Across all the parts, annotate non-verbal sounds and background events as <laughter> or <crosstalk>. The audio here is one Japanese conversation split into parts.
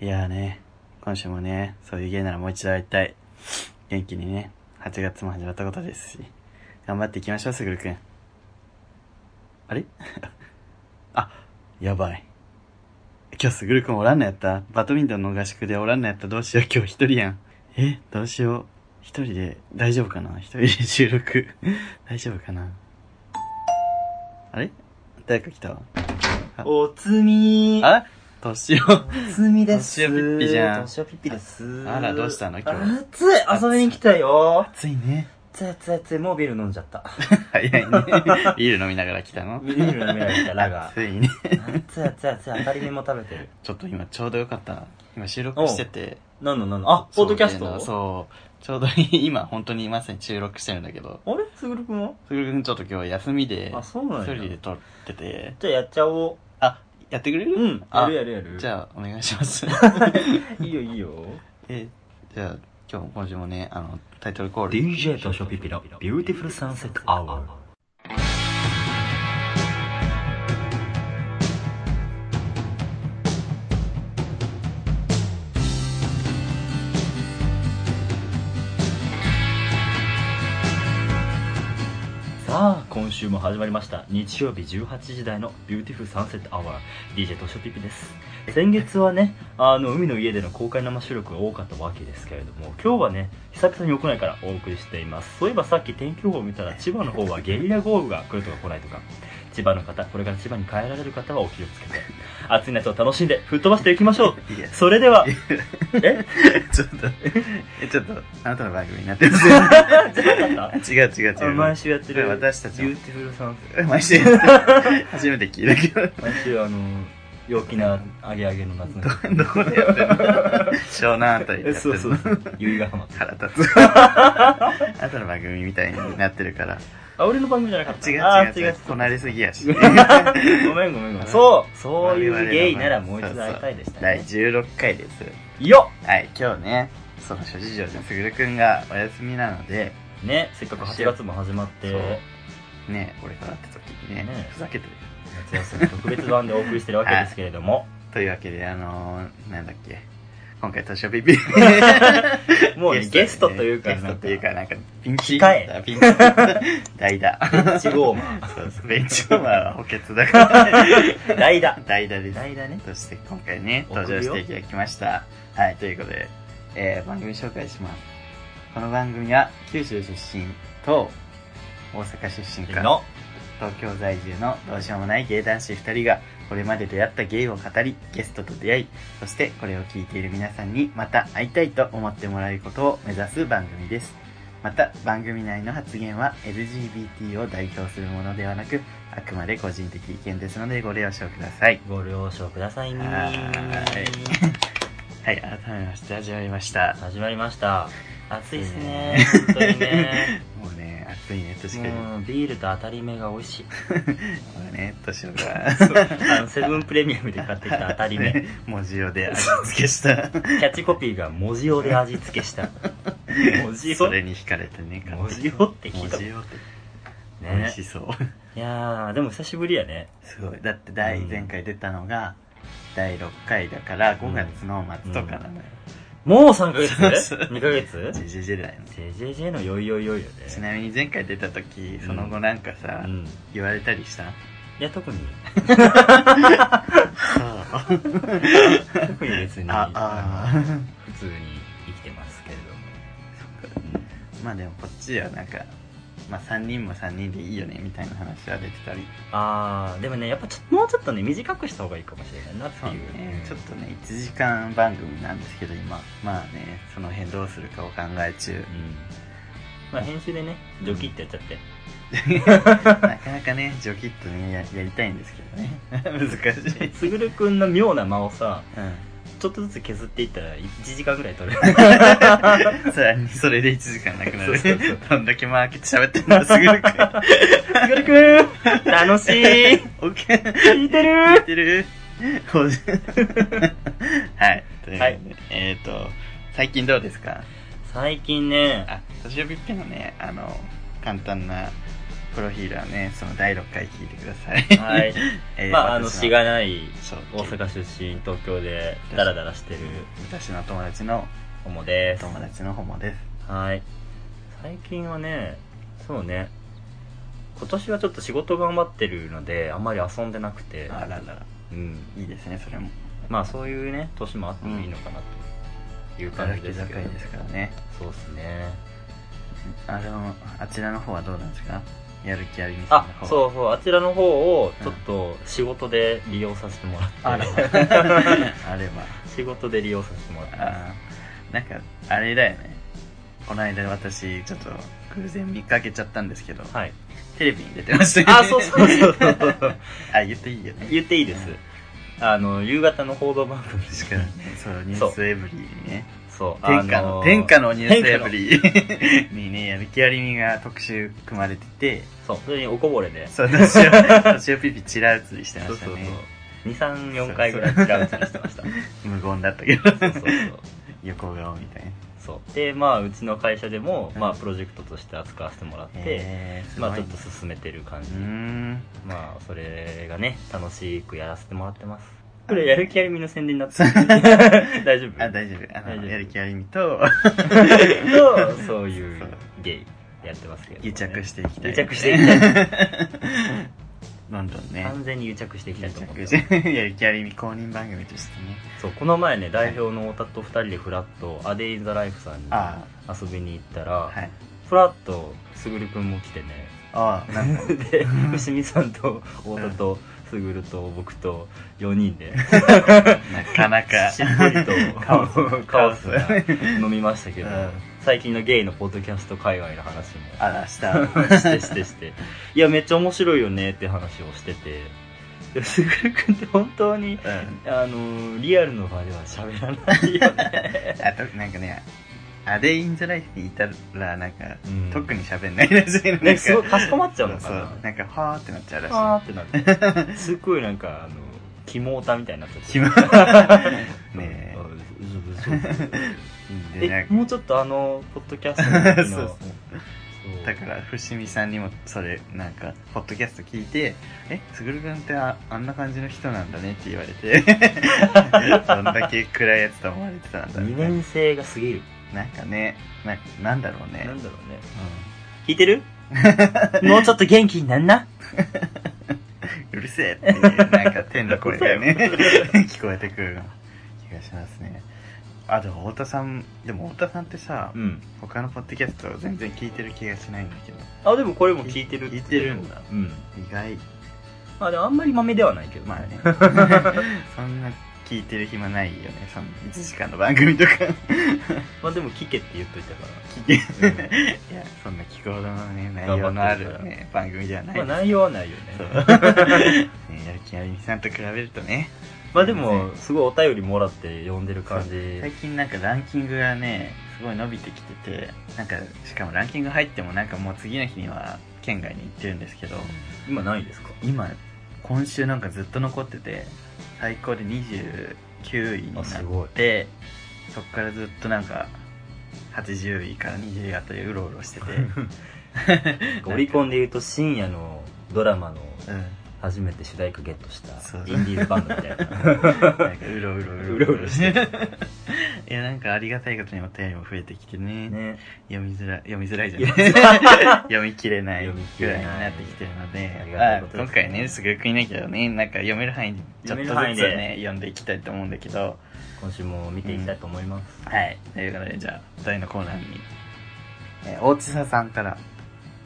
いやーね、今週もね、そういう芸ならもう一度会いたい。元気にね、8月も始まったことですし、頑張っていきましょう、すぐるくん。あれ <laughs> あ、やばい。今日すぐるくんおらんのやったバドミントンの合宿でおらんのやったどうしよう、今日一人やん。え、どうしよう。一人で、大丈夫かな一人で収録。 <laughs> 大丈夫かなあれ誰か来たわ。おつみあ年を。おつみです年をピッピじゃん年をピッピですあらどうしたの今日暑い遊びに来たよ <laughs> 暑いね。暑い暑い暑いもうビール飲んじゃった早いね。ビール飲みながら来たの <laughs> ビール飲みながら来たラガついね。ー暑い暑い暑い当たり目も食べてるちょっと今ちょうどよかった。今収録してて。なんのなんのあポッドキャスそうトねそう。ちょうどいい今本当にまさに収録してるんだけど。あれすぐるくんはすぐるくんちょっと今日休みで、あそうなん一や人で撮ってて。じゃあやっちゃおあ、やってくれうるうんやあるやるやるじゃあお願いします。 <laughs> いいよいいよえ、じゃあ今日今週もね、あの、タイトルコール。 DJ とショピピのビューティフルサンセットアワーさあ今週も始まりました日曜日18時台のビューティフルサンセットアワー DJ とショピピです先月はねあの海の家での公開生収録が多かったわけですけれども今日はね久々に屋内からお送りしていますそういえばさっき天気予報を見たら千葉の方はゲリラ豪雨が来るとか来ないとか千葉の方これから千葉に帰られる方はお気をつけて暑い夏を楽しんで吹っ飛ばしていきましょういやそれではえちょっと、え、ちょっと、あなたの番組になって <laughs> ます。じゃなかった <laughs> 違う違うあの違う。毎週やってる私たちもビューティフルサンセット <laughs> 毎週やってる初めて聞いたけど。毎週あの陽気なアゲアゲの夏の日どこでやってんの湘南あたりでえやってん <laughs> そうのそ <laughs> うそう由比ヶ浜腹立つあなたの番組みたいになってるからあ俺の番組じゃなかった違うあ違う違うこなれすぎやし <laughs> ごめんごめんごめんそうそういうゲイならもう一度会いたいでしたねそうそう第16回ですよはい今日ねその諸事情ですぐるくんがお休みなのでっねせっかく8月も始まってそうね俺からって時にねねふざけてるよ夏休み特別版でお送りしてるわけですけれどもというわけであのー、なんだっけ今回年をビビもうねゲストというかゲストというかなんかピンチ控えピンチ代打チゴー <laughs> マそうそう、ベンチオーバーは補欠だから、 <laughs> ー代打代打です。代打ねそして今回ね、送る登よ場していただきました。はい、ということで、えー、番組紹介します。この番組は、九州出身と、大阪出身から、の東京在住のどうしようもない芸男子2人が、これまで出会った芸を語り、ゲストと出会い、そしてこれを聞いている皆さんにまた会いたいと思ってもらえることを目指す番組です。また、番組内の発言は LGBT を代表するものではなく、あくまで個人的意見ですのでご了承ください。ご了承くださいねははい、改めまして始まりました。始まりました暑いっすねね本当にねもうね、暑いね、 <laughs> 確かに。ももうビールと当たり目が美 <laughs> 味しいうね、年をが。あのセブンプレミアムで買ってきた当たり目文字用で味付けした。キャッチコピーが文字用で味付けした <laughs> 文字そ用れに惹かれてね、文字用って聞いた文字用って。美ね味しそう。いやーでも久しぶりやねすごい。だって第、うん前回出たのが、第6回だから、5月の末とかなのよ。もう3ヶ月そうそう ?2 ヶ月 JJ 時代の。 ?JJJ のよいよいよいよねちなみに前回出た時、その後なんかさ、うん言われたりしたいや特にあ特に別にあ、のあ。普通に生きてますけれども <laughs> まあでもこっちではなんか、まあ3人も3人でいいよねみたいな話は出てたり、あーでもねやっぱちょもうちょっとね短くした方がいいかもしれないなってそういうね、ちょっとね、1時間番組なんですけど今、まあね、その辺どうするかを考え <laughs> 中。うんまあ編集でねジョキってやっちゃってなかなかね、ジョキッとね、ややりたいんですけどね。 <laughs> 難し <laughs> い。つぐるくんの妙な間をさうん。ちょっとずつ削っていったら1時間ぐらい取れるさらにそれで1時間なくなるそうそうそうどんだけ間開けて喋ってんだすぐるか <laughs> つぐるくん楽しいオッケー聞いてるいてる <laughs> ほうじはいということで、はいえっ、と最近どうですか最近ねあ年寄りっぺのねあの簡単なプロフィールはねその第6回聞いてくださいはい、 <laughs> えーまああの私しがないそう大阪出身東京でダラダラしてる私の友達のおもです友達のホモですはい最近はねそうね今年はちょっと仕事頑張ってるのであんまり遊んでなくてあらららうんいいですねそれもまあそういうね年もあってもいいのかなという感働じきですけ盛ど、りですからねそうですねあのあちらの方はどうなんですかやる気ありみさあんの方そうそうあちらの方をうんちょっと仕事で利用させてもらって、あら <laughs> あれば仕事で利用させてもらってますあーなんかあれだよねこの間私ちょっと偶然見かけちゃったんですけどはいテレビに出てましたよねあそうそうそうそうそう <laughs> あ言っていいよね言っていいですうんあの夕方の報道番組です確かにねそうニュースエブリーにねそう天下の、天下のニュースエブーリーにねやる気ありみが特集組まれててそうそれにおこぼれで <laughs> そう私は私はピピチラ写りしてまそうしたそうそうね234回ぐらいチラウチラしてました無言だったけどそうそうそう横顔み <laughs> たいなそうでまあうちの会社でも、うんまあ、プロジェクトとして扱わせてもらって、へーすごいまあちょっと進めてる感じうーんまあそれがね楽しくやらせてもらってますこれやる気ありみの宣伝になって <laughs> 大丈夫あ大丈夫あ大丈の夫やる気ありみと <laughs> 夫 <laughs> そういうゲイやってますけど、ね、癒着していきたい癒着していき <laughs> たい <laughs> どんどんね完全に癒着していきた癒いと思って着ましすて <laughs> やる気ありみ公認番組としてねそうこの前ね代表の太田と2人でフラッとアデイ・ザ・ライフさんにあ遊びに行ったあらはいフラッとすぐるくんも来てね <laughs> ああなんかで伏見さんと太田とすぐると僕と4人でなかな <laughs> かしっぽりとカオスカオスな <laughs> 飲みましたけど、うん最近のゲイのポッドキャスト界隈の話も <laughs> あらしたしてしてしていやめっちゃ面白いよねって話をしててでもすぐるくんって本当にうんあのーリアルの場では喋らないよね <laughs> あとなんかねアデインザライフにいたらなんか、うん特に喋んないらしいのなんねかすごいかしこまっちゃうのかそうそうななんかはーってなっちゃうらしいあーっ <laughs> てなってすっごいなんかあの肝オタみたいになっちゃって <laughs> キモねね <laughs> ええでなんかもうちょっとあのポッドキャストの <laughs> 時そのうそうそうだから伏見さんにもそれなんかポッドキャスト聞いて「えすぐる君ってああんな感じの人なんだね」って言われて <laughs> どんだけ暗いやつと思われてたんだ二みたいな面性がすぎる、なんかねななんだろうねなんだろうね聞いて <laughs> るもうちょっと元気になんなうるせえっていうなんか天の声がね聞こえてくる気がしますねあでも太田さんでも太田さんってさうん他のポッドキャスト全然聞いてる気がしないんだけどあでもこれも聞いてるっつっ聞いてるんだうん意外まあでもあんまり豆ではないけどまあ <laughs> ねそんな聞いてる暇ないよねその1時間の番組とかまあでも聞けって言っといたか聞けら、いやそんな聞くほどのね内容のある、ね、番組ではないまあです内容はないよねそうねやる気ありみさんと比べるとねまあでもすごいお便りもらって読んでる感じ <laughs> 最近なんかランキングがねすごい伸びてきててなんかしかもランキング入ってもなんかもう次の日には県外に行ってるんですけど今ないですか今今週なんかずっと残ってて最高で29位になあすごっいてそっからずっとなんか80位から20位あたりうろうろ <laughs> してて、オリコンで言うと深夜のドラマのうん、初めて主題歌ゲットしたそうインディーズバンドみたいな <laughs> なんかうろうろうろうろうろうろして <laughs> いやなんかありがたいことにお便りも増えてきてねね読みづらい読みづらいじゃない読み <laughs> 読み切れない読み切ぐれらないいになってきてるのでありがたいことですあ今回ねすごくいないけどねなんか読める範囲でちょっとずつ読める範ね読んでいきたいと思うんだけど今週も見ていきたいと思います、はいということでじゃあお便りのコーナーに、えー大地佐さんから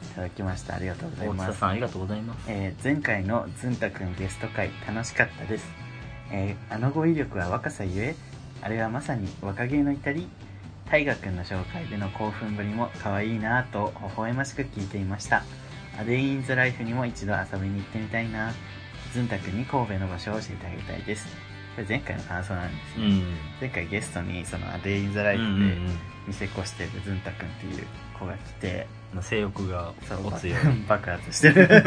いただきましたありがとうござい大ま津すさんありがとうございますえー前回のずんたくんゲスト会楽しかったです、えーあの語彙力は若さゆえあれはまさに若気の至り大河くんの紹介での興奮ぶりも可愛いなぁと微笑ましく聞いていましたアデインズライフにも一度遊びに行ってみたいなずんたくんに神戸の場所を教えてあげたいですこれ前回の感想なんですうね、ん前回ゲストにそのアデインズライフうんうでん店越してるずんたくんっていう子が来て、うん性欲がそうお <laughs> 強い爆発してる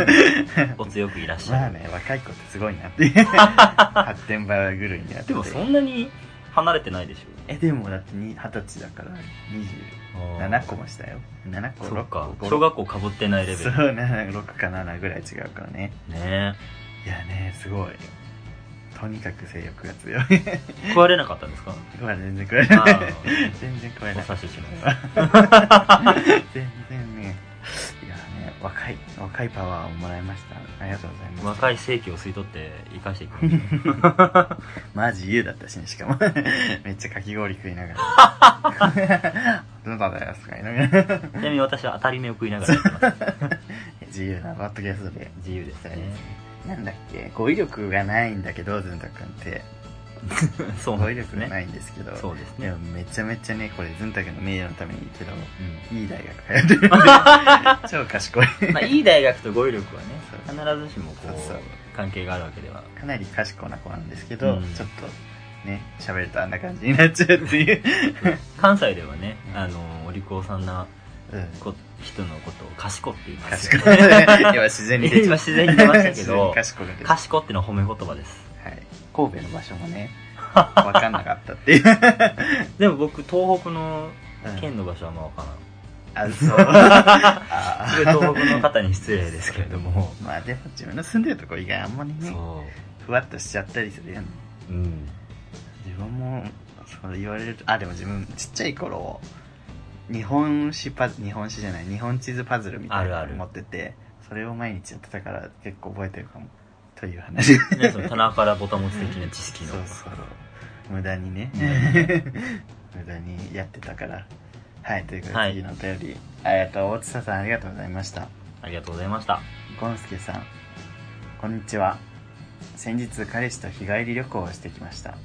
お強くいらっしまゃある <laughs> ね、若い子ってすごいなっていう。発展場ぐるいになってて。でもそんなに離れてないでしえでもだってに二十歳だからょ27個もしたよ7個そっか6個小学校かぶってないレベそルうね6か7ぐらい違うからねえいやねすごいとにかく性欲が強い <laughs> 食われなかったんですかこれは全然食えあないー <laughs> 全然食えおない察しします全然ねいやね若い若いパワーをもらいましたありがとうございます若い世紀を吸い取って生かして <laughs> いくマジ優だったしねしかも <laughs> めっちゃかき氷食いながらどなただよとか言いながらちなみに私は当たり目を食いながらやってます <laughs> 自由なバッドキャストで自由ですねなんだっけ語彙力がないんだけどずんたくんってそうな語ん彙です力がねないんですけどそうですでねもめちゃめちゃねこれずんたくんの名誉のために言うけどういい大学通って <laughs> る超賢いんまあいい大学と語彙力はねそう必ずしもこそうそうう関係があるわけではかなり賢いな子なんですけど、うんちょっとね喋るとあんな感じになっちゃうっていう、 <laughs> 関西ではねうんあのお利口さんなうん、こ人のことを賢って言います賢 <laughs> よいね今自然に出ちゃった今自然に出ましたけど <laughs> 自然に賢く出てはい、賢ってのは褒め言葉です神戸の場所もね分かんなかったっていう、でも僕東北のうん県の場所はあんま分からんあ <laughs> そうあ <laughs> すごい東北の方に失礼ですけれどもまあでも自分の住んでるとこ以外あんまりねそふわっとしちゃったりするよねううん自分もそう言われるとあでも自分ちっちゃい頃日本史パズ日本史じゃない日本地図パズルみたいあなるあるの持っててそれを毎日やってたから結構覚えてるかもという話そうねその棚からボタン持ち的な知識のそう無駄にね <laughs> 無駄にやってたからはいということで、はい次のお便りえっと大津田さんありがとうございましたありがとうございましたゴンスケさんこんにちは先日彼氏と日帰り旅行をしてきました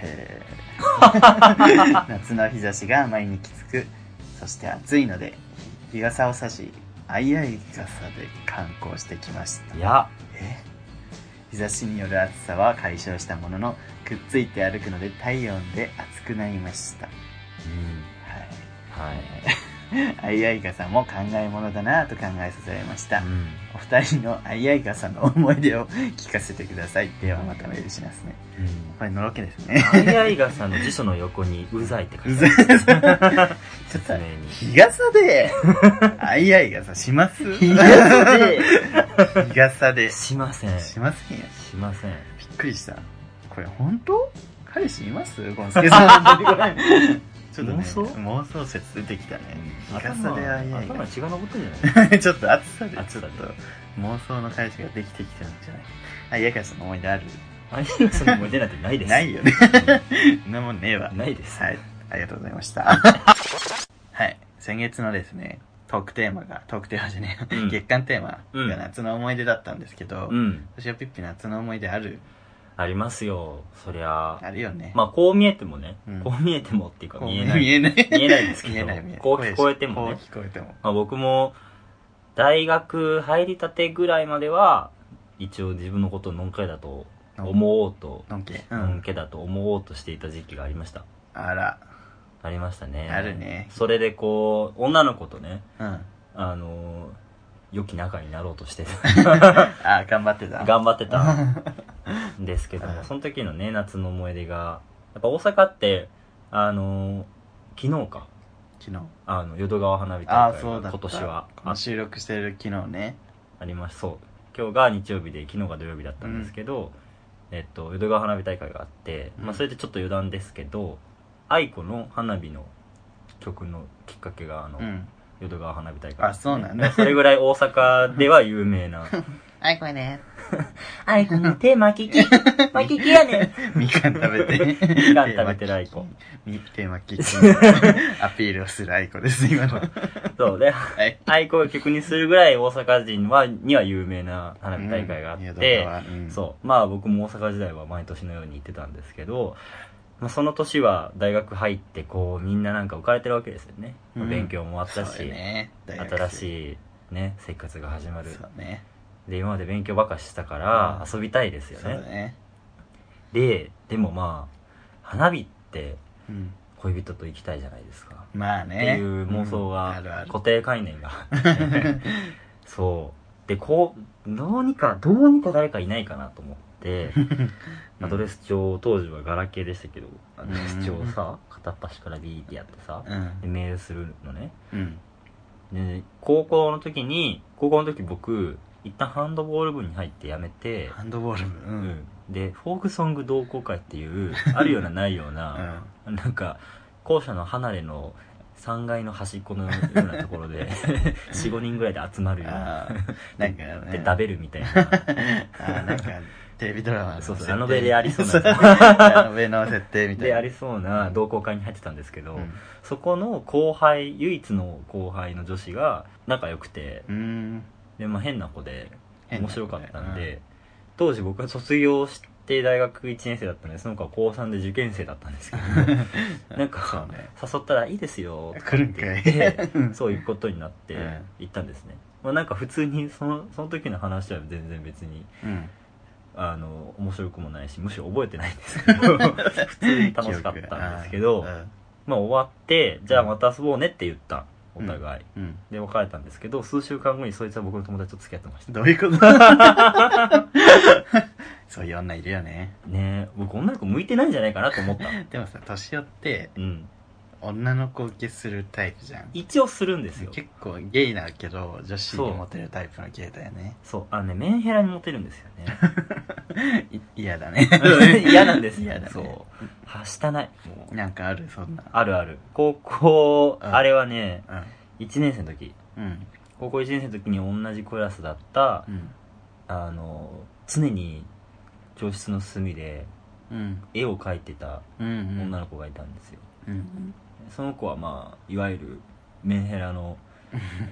へ <laughs> ー夏の日差しが毎にきつくそして暑いので日日傘を差しあいあい傘で観光してきましたいやえ日差しによる暑さは解消したもののくっついて歩くので体温で暑くなりましたはういんはいあいあい傘も考えものだなぁと考えさせられました、うんお二人のあいあい傘の思い出を聞かせてください。ではまたメールしますね。これのろけですね。アイアイガさんの辞書の横に「うざい」って書いてある <laughs> 説明に日傘で、 <laughs> あいあい傘します日 <laughs> 傘で。しませんしませんよ。しませんびっくりした。これ本当彼氏いますゴ <laughs> ンスケさん。本当に <laughs> これちょっとね、妄想妄想説出てきたね。日傘頭であいあい <laughs> 頭に血が上ってるんじゃない傘。ちょっと暑さで、暑ちさょっでと妄想の彼氏ができてきたんじゃないあいあい傘の思い出あるアイアイさんの思い出なんてないです <laughs> ないよね。そんなもんねえわ。ないですはい。ありがとうございま <laughs> した。はい。先月のですね、トークテーマが、トークテーマじゃねえ、うん月間テーマうんが夏の思い出だったんですけど、うん私はピッピ夏の思い出あるありますよそりゃあるよね。まあこう見えてもね、うんこう見えてもっていうかこう見えな <laughs> い見えない。見えないですけど見えない見えないこう聞こえてもねこう聞こえても。まあ、僕も大学入りたてぐらいまでは一応自分のことをのんけだと思おうと、のんけ。うのんん。けだと思おうとしていた時期がありましたあら。ありましたねあるねそれでこう女の子とねうん。あのー良き仲になろうと <laughs> してあ、頑張ってた。頑張ってたんですけどう <laughs> もんその時のね夏の思い出がやっぱ大阪ってあのー昨日か昨日。あの淀川花火あ大あ、そ会うだがった。今年はこあの収録してる昨日ね。ありますそう今日が日曜日で昨日が土曜日だったんですけど、えっと淀川花火大会があって、うんまあ、それでちょっと余談ですけど愛子の花火の曲のきっかけがあの、うん。淀川花火大会あ、そうなんまあ <laughs> だ。それぐらい大阪では有 <laughs> 名なはい、これね。愛子の手巻 <laughs> きき巻ききやねんみかん食べて。みみかん食べてる愛子。 <laughs> みテーマキッチ <laughs> ン。アピールをする愛子です、今の。そうではい。愛子が曲にするぐらい大阪人はには有名な花火大会があって、うんいやだからうんそう。まあ僕も大阪時代は毎年のように行ってたんですけど、まあ、その年は大学入ってこうみんななんか浮かれてるわけですよね。うん勉強も終わったそうし、よね、大学生新しいね、生活が始まる。そうね。で、今まで勉強ばっかしてたから遊びたいですよそうだね。ね。で、でもまあ、花火ってうん。恋人と行きたいじゃないですか。まあっね。ていう妄想うんがあるある固。定概念が <laughs> そうでこうどうにかどうにか誰かいないかなと思っ <laughs> てうんアドレス帳当時はガラケーでしたけどアドレス帳をうさ片っ端からビーってやってさうんでメールするのねうんで高校の時に高校の時僕一旦ハンドボール部に入ってやめて、ハンドボール部ううんんでフォークソング同好会っていうあるようなないよう <laughs> うな、んなんか校舎の離れの3階の端っこのようなとこ <laughs> ろで45人ぐらいで集まるようなあーなんかね <laughs> で食べるみたいなあー <laughs> なんかテレビドラマのそうそ設う定あのべでありそうなあのべの設定みたいでなありそうな同好会に入ってたんですけど、うんそこの後輩唯一の後輩の女子が仲良くてうーんで、まあ、変な子で変な面子で白かったんで、当時僕は卒業して大学1年生だったんでその子は高3で受験生だったんですけ <laughs> どなそんか、うね誘ったら「いいですよ」来るんかいって言ってそういうことになってうん行ったんですね、まあ、なんか普通にそのその時の話は全然別にうんあの面白くもないしむしろ覚えてないんです <laughs> けど普通に楽しかったんですけど記憶まあ終わってじゃあまた遊ぼうねって言ったお互い、うんうんで別れたんですけど数週間後にそいつは僕の友達と付き合ってましたどういうこと <laughs> そういう女いるよねねえ僕女の子向いてないんじゃないかなと思 <laughs> ったでもさ年寄ってうん女の子受けするタイプじゃん一応するんですよ結構ゲイなけど女子そにうモテるタイプのゲイだよねそうあのねメンヘラにモテるんですよい嫌だね <laughs> ね嫌なんですよ <laughs> 嫌だねそうはしたないもうなんかあるそんなあるある高校うんあれはねう1年生の時んうん高校1年生の時に同じクラスだったうんあの常に教室の隅でうん絵を描いてたうん女の子がいたんですよ、うんその子はまあいわゆるメンヘ <laughs> ラの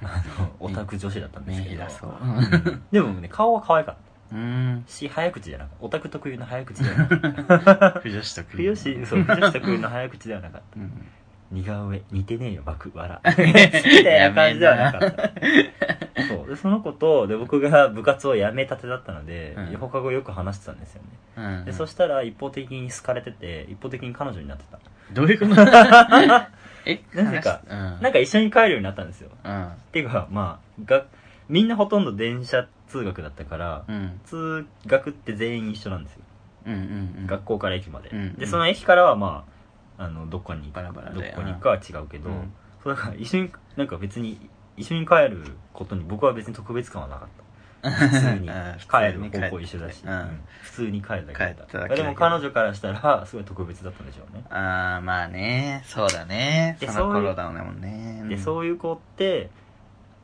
あのオタク女子だったんでメすンけヘどラそううんでもね顔は可愛かっうんたし早口じゃなかったオタク特有の早口じゃなか <laughs> った不女子と不良しそう不良し特有の早口ではなかったうん似顔絵似てねえよ爆 <laughs> 笑好きだよ感じではなかったそうでその子とで僕が部活を辞めたてだったので、うん放課後よく話してたんですよねうんでそしたら一方的に好かれてて一方的に彼女になってたどういうことえなぜか話うんなんか一緒に帰るようになったんですようんっていうかまあがみんなほとんど電車通学だったから、うん通学って全員一緒なんですよ、うんうんうん学校から駅まで、うんでその駅からはまああのどっかに行くバラバラどでこに行くかは違うけど、うんそうだから一緒になんか別に一緒に帰ることに僕は別に特別感はなかった普通 <laughs> にあ帰ーる普通に方向一緒だし、うんうん普通に帰るだけだった帰っただけだけどでも彼女からしたらすごい特別だったんでしょうね、ああまあねそうだねでそのそうい頃うだもんねでそうういう子って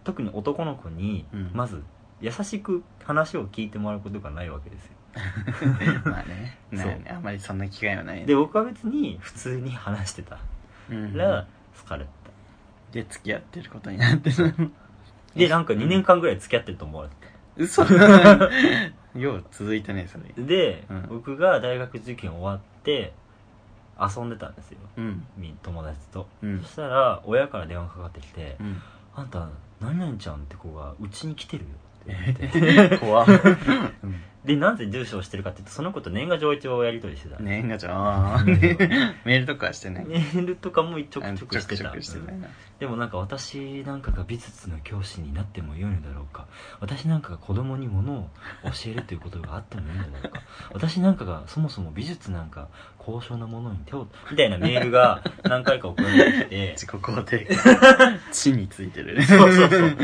特に男の子にうんまず優しく話を聞いてもらうことがないわけですよんまあねそうないねあんまりそんな機会はないねで僕は別に普通に話してたかうんら好かれてたで付き合ってることになってるでなんか2年間ぐらい付き合ってると思われて嘘よう続いたねそれたで、うん僕が大学受験終わって遊んでたんですようんみ友達と、うんそしたら親から電話かかってきてうん「あんた何々ちゃんって子がうちに来てるよ」って言ってえ怖っ <laughs> うん <laughs> でなぜ住所をしてるかっていうとその子と年賀状一応やり取りしてた、年賀状あ年賀状ーメールとかはしてないメールとかもちょあくちょくしてちょたくしてたうんなでもなんか私なんかが美術の教師になってもよいのだろうか私なんかが子供にものを教えるということがあってもよいのだろうか私なんかがそもそも美術なんか高尚なものに手をみたいなメールが何回か送られてきて自己肯 <laughs> 定感地についてるねそうそうそう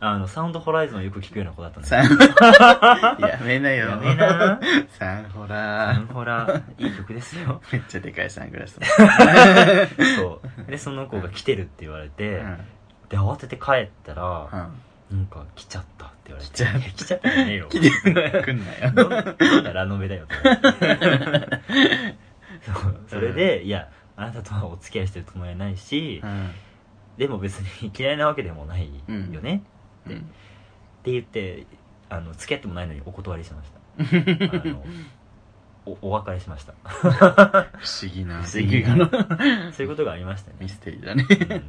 あのサウンドホライズンをよく聞くような子だったんで <laughs> すサンやめなよやめなサンホサラウンードホラいい曲ですよめっちゃでかいサングラスだそうでその子が来てるって言われて、うんで慌てて帰ったら、うんなんか来ちゃったって言われて来ちゃったいや来ちゃったじゃねえよ来てくんなよどんどんなラノベだよ <laughs> ってそうそれで、いやあなたとはお付き合いしてるつもりはないし、うんでも別に嫌いなわけでもないよね、うっんてって言ってあの付き合ってもないのにお断りしました <laughs> あのおお別れしました不思議な不思議な出来そういうことがありましたミね、ステリーだねうん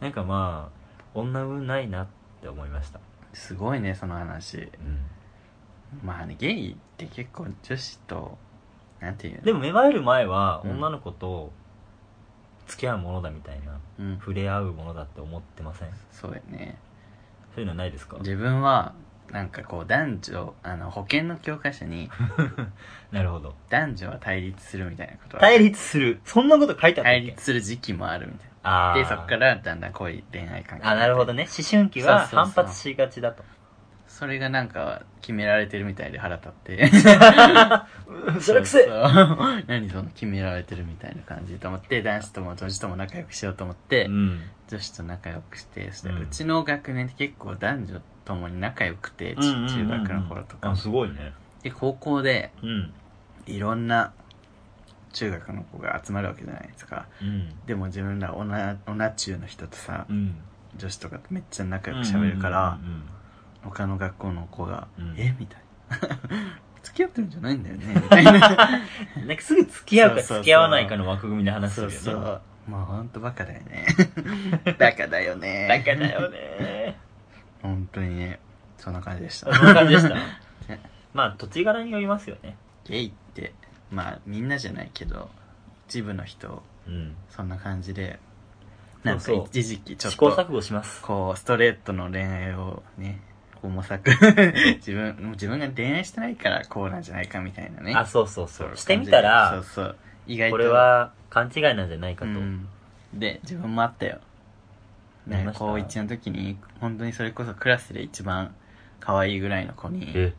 なんかまあ女運ないなって思いました、すごいねその話うんまあねゲイって結構女子となんていうのでも芽生える前はうん女の子と付き合うものだみたいなうん触れ合うものだって思ってませんそうやねそういうのないですか自分はなんかこう男女あの保険の教科書 <laughs> になるほど男女は対立するみたいなことは対立するそんなこと書いてあったっけ対立する時期もあるみたいあなーでそっからだんだん恋恋愛関係あなるほどね思春期そはうそう反そう発しがちだとそれがなんか決められてるみたいで腹立ってうん <laughs> <laughs> それくせうそう何その決められてるみたいな感じと思って男子とも女子とも仲良くしようと思って、うん女子と仲良くしてそしたらうんうちの学年って結構男女ともに仲良くて、ち中学の頃とか、あすごいねで高校でうんいろんな中学の子が集まるわけじゃないですかうんでも自分らオナオナ中の人とさうん女子とかとめっちゃ仲良く喋るから、うんうん他の学校の子が「うんえみたいな <laughs> 付き合ってるんじゃないんだよね <laughs> みたいなうんなんかすぐ付き合うそうそかうそう付き合わないかの枠組みで話すそるようねそうまあほんとバカだよ <laughs> ねバカだよねだからだよね本当にねそんな感じでした <laughs> そんな感じでしたねまあ土地柄によりますよねゲイってまあみんなじゃないけど一部の人うんそんな感じでなんかそうそう一時期ちょっ試行と錯誤しますこうストレートの恋愛をねこう模 <laughs> 索自分もう自分が恋愛してないからこうなんじゃないかみたいなねあそうそうそうそうしてみたそらうそう意外とこれは勘違いなんじゃないかうとん、で自分もあったよありねました高1の時に本当にそれこそクラスで一番可愛いぐらいの子にえ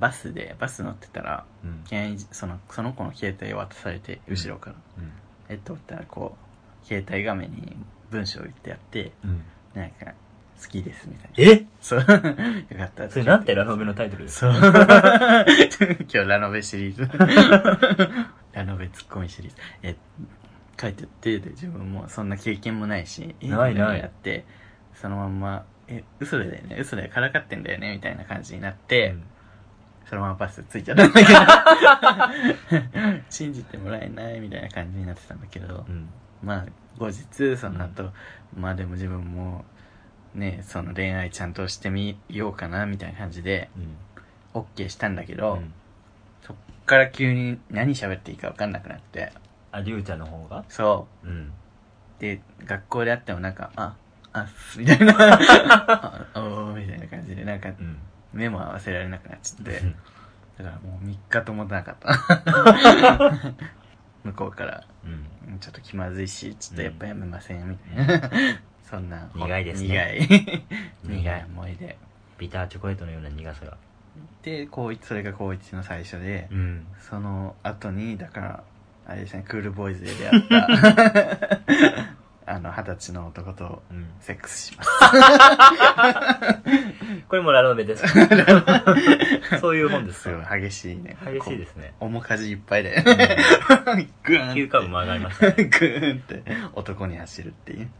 バスでバス乗ってたらうん検閲そのその子の携帯を渡されて後ろから、うんえっと思ったらこう携帯画面に文章を言ってやってうんなんか「好きです」みたいなえそう <laughs> よかったそれなんてラノベのタイトルですそう <laughs> 今日ラノベシリーズラノベツッコミシリーズえ書いてってで自分もそんな経験もないしえないないやってそのまんま「え嘘だよね嘘だよからかってんだよね」みたいな感じになって、うんそのままパスついちゃったんだけど <laughs> <laughs> 信じてもらえないみたいな感じになってたんだけどうんまあ後日その後、まあでも自分もねその恋愛ちゃんとしてみようかなみたいな感じでうんオッケーしたんだけど、うんそっから急に何喋っていいか分かんなくなってありゅうちゃんの方がそうんうで学校であってもなんかああっすみたいな <laughs> あおーみたいな感じでなんかうん目も合わせられなくなっちゃってうんだからもう3日とも出なかった <laughs> 向こうからうんうんちょっと気まずいしちょっとやっぱやめませんみたういんな、そんな苦いですね苦い <laughs> 苦苦いい思い出ビターチョコレートのような苦さがで高一それが高一の最初で、うんその後にだからあれですねクールボーイズで出会った <laughs> あの二十歳の男とうんセックスしますこれもラノベですそういう本ですすごい激しいね激しいですすね面かじいっぱいでうん <laughs> グーン急カーブ曲がりま <laughs> したグねーンって男に走るっていう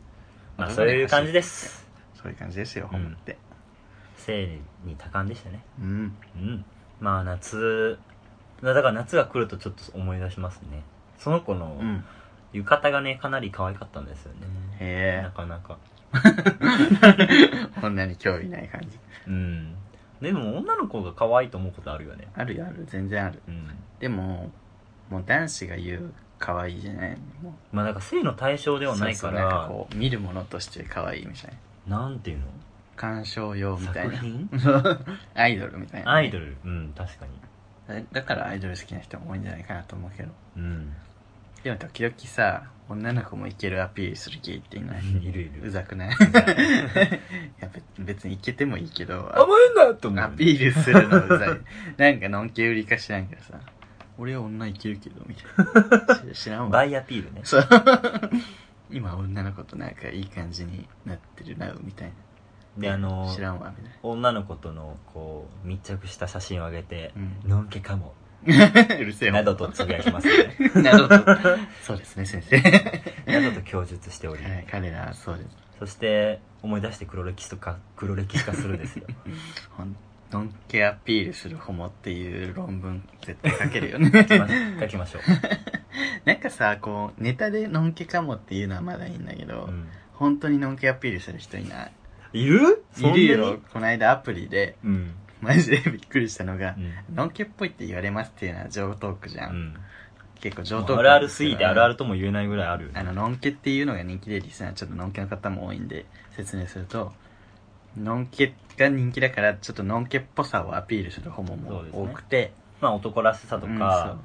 まあそういう感じですそういう感じですよ、うんほんって生理に多感でしたねうんうんまあ夏だから夏が来るとちょっと思い出しますねその子のうん浴衣がねかなり可愛かったんですよね、へなかなかえ女に興味ない感じうんでも女の子が可愛いと思うことあるよねあるよある全然あるうんでももう男子が言う可愛いじゃないもうまあなんか性の対象ではないそうかそうなんからこう見るものとして可愛いみたいななんていうの鑑賞用みたい作な品 <laughs> アイドルみたいなアイドルルうん確かにだからアイドル好きな人も多いんじゃないかなと思うけどうんでも時々さ女の子もいけるアピールするゲイっていないいるいる <laughs> うざくないいやべ別にいけてもいいけど甘えんなと思うアピールするのうざいなんかのんけ売りか知らんけどさ俺は女いけるけどみたい <laughs> な知知らんわバイアピールねそう <laughs> 今女の子となんかいい感じになってるなみたいなであの知らんわみたいな女の子とのこう密着した写真を上げてうん「のんけかも <laughs> うるせ」えなどとつぶやきますよ <laughs> ねなるほ <laughs> ど。そうですね、先生。などと供述しておりはい彼らはそうです。そして思い出して黒歴史とか黒歴史化するんで <laughs> すよほん、ドンケアピールするホモっていう論文絶対書けるよ <laughs> 書きまね。書きましょなんかさ、こう、ネタでのんけかもっていうのはまだいいんだけう、ど、うん本当にのんけアピールする人いない。いるいるよ。この間アプリで、うんマジでびっくりしたのがう、んのんけっぽいって言われますっていうのは上トークじゃ。うんん結構上もトーうク。あるあるすぎてあるある。とも言えないぐらいあるよねあの、のんけっていうのが人気で、リスナーちょっとのんけの方も多いんで、説明すると、のんけが人気だからちょっとのんけっぽさをアピールするホモもそうですね多くて、まあ男らしさとうんか、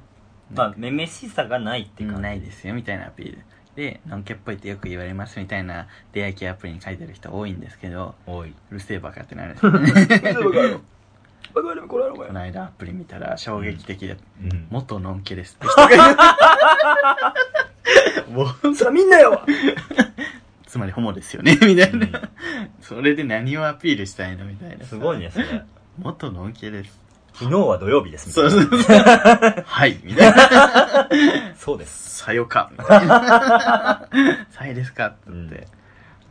そうまあめめしさがないってうん感じないですよみたいなアピールでのんけっぽいってよく言われますみたいな出会い系アプリに書いてる人多いんですけどおいうるせえバカってなる <laughs> バカ野郎これやろお <laughs> 前この間アプリ見たら衝撃的だったうん元のんけですって人がいるもう <laughs> そらみんなよつまりホモですよねみたいな、それで何をアピールしたいのみたいなさすごいねそれ元のんけです昨日は土曜日ですみたいそうなそうそう <laughs> はいみたい <laughs> なそうですさよかみたいなさよですかって言って、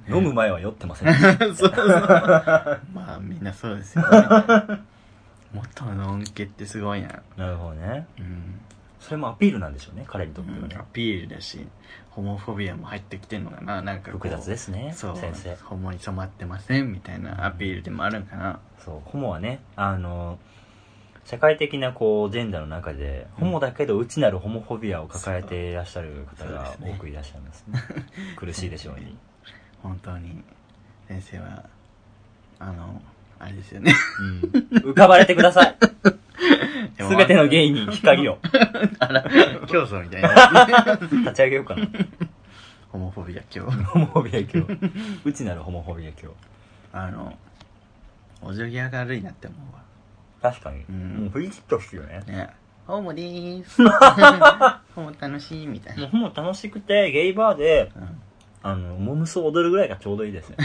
飲む前は酔ってま <laughs> せんでしたそうそうまあみんなそうですよね元のんけってすごいななるほどねうん、それもアピールなんでしょうね彼にとってはねアピールだしホモフォビアも入ってきてんのかななんかこう複雑ですねそう先生ホモに染まってませんみたいなアピールでもあるんかなそうホモはねあの社会的なこうジェンダーの中で、うんホモだけど内なるホモフォビアを抱えていらっしゃる方そうがそうですね多くいらっしゃいます <laughs> ね苦しいでしょうに、本当に先生はあのあれですよねうん、浮かばれてください <laughs> でも <laughs> 全てのゲイに光をあら競争みたいな立ち上げようかなホモフォビア今日ホモフォビア教内なるホモフォビア教あのおじょぎが悪いなって思うわ確かに、うんもう振り切ってほしいよねねホモでー <laughs> すホモ楽しいみたいもなう、ホモ楽しくてゲイバーでうんあのモムスを踊るぐらいがちょうどいいですね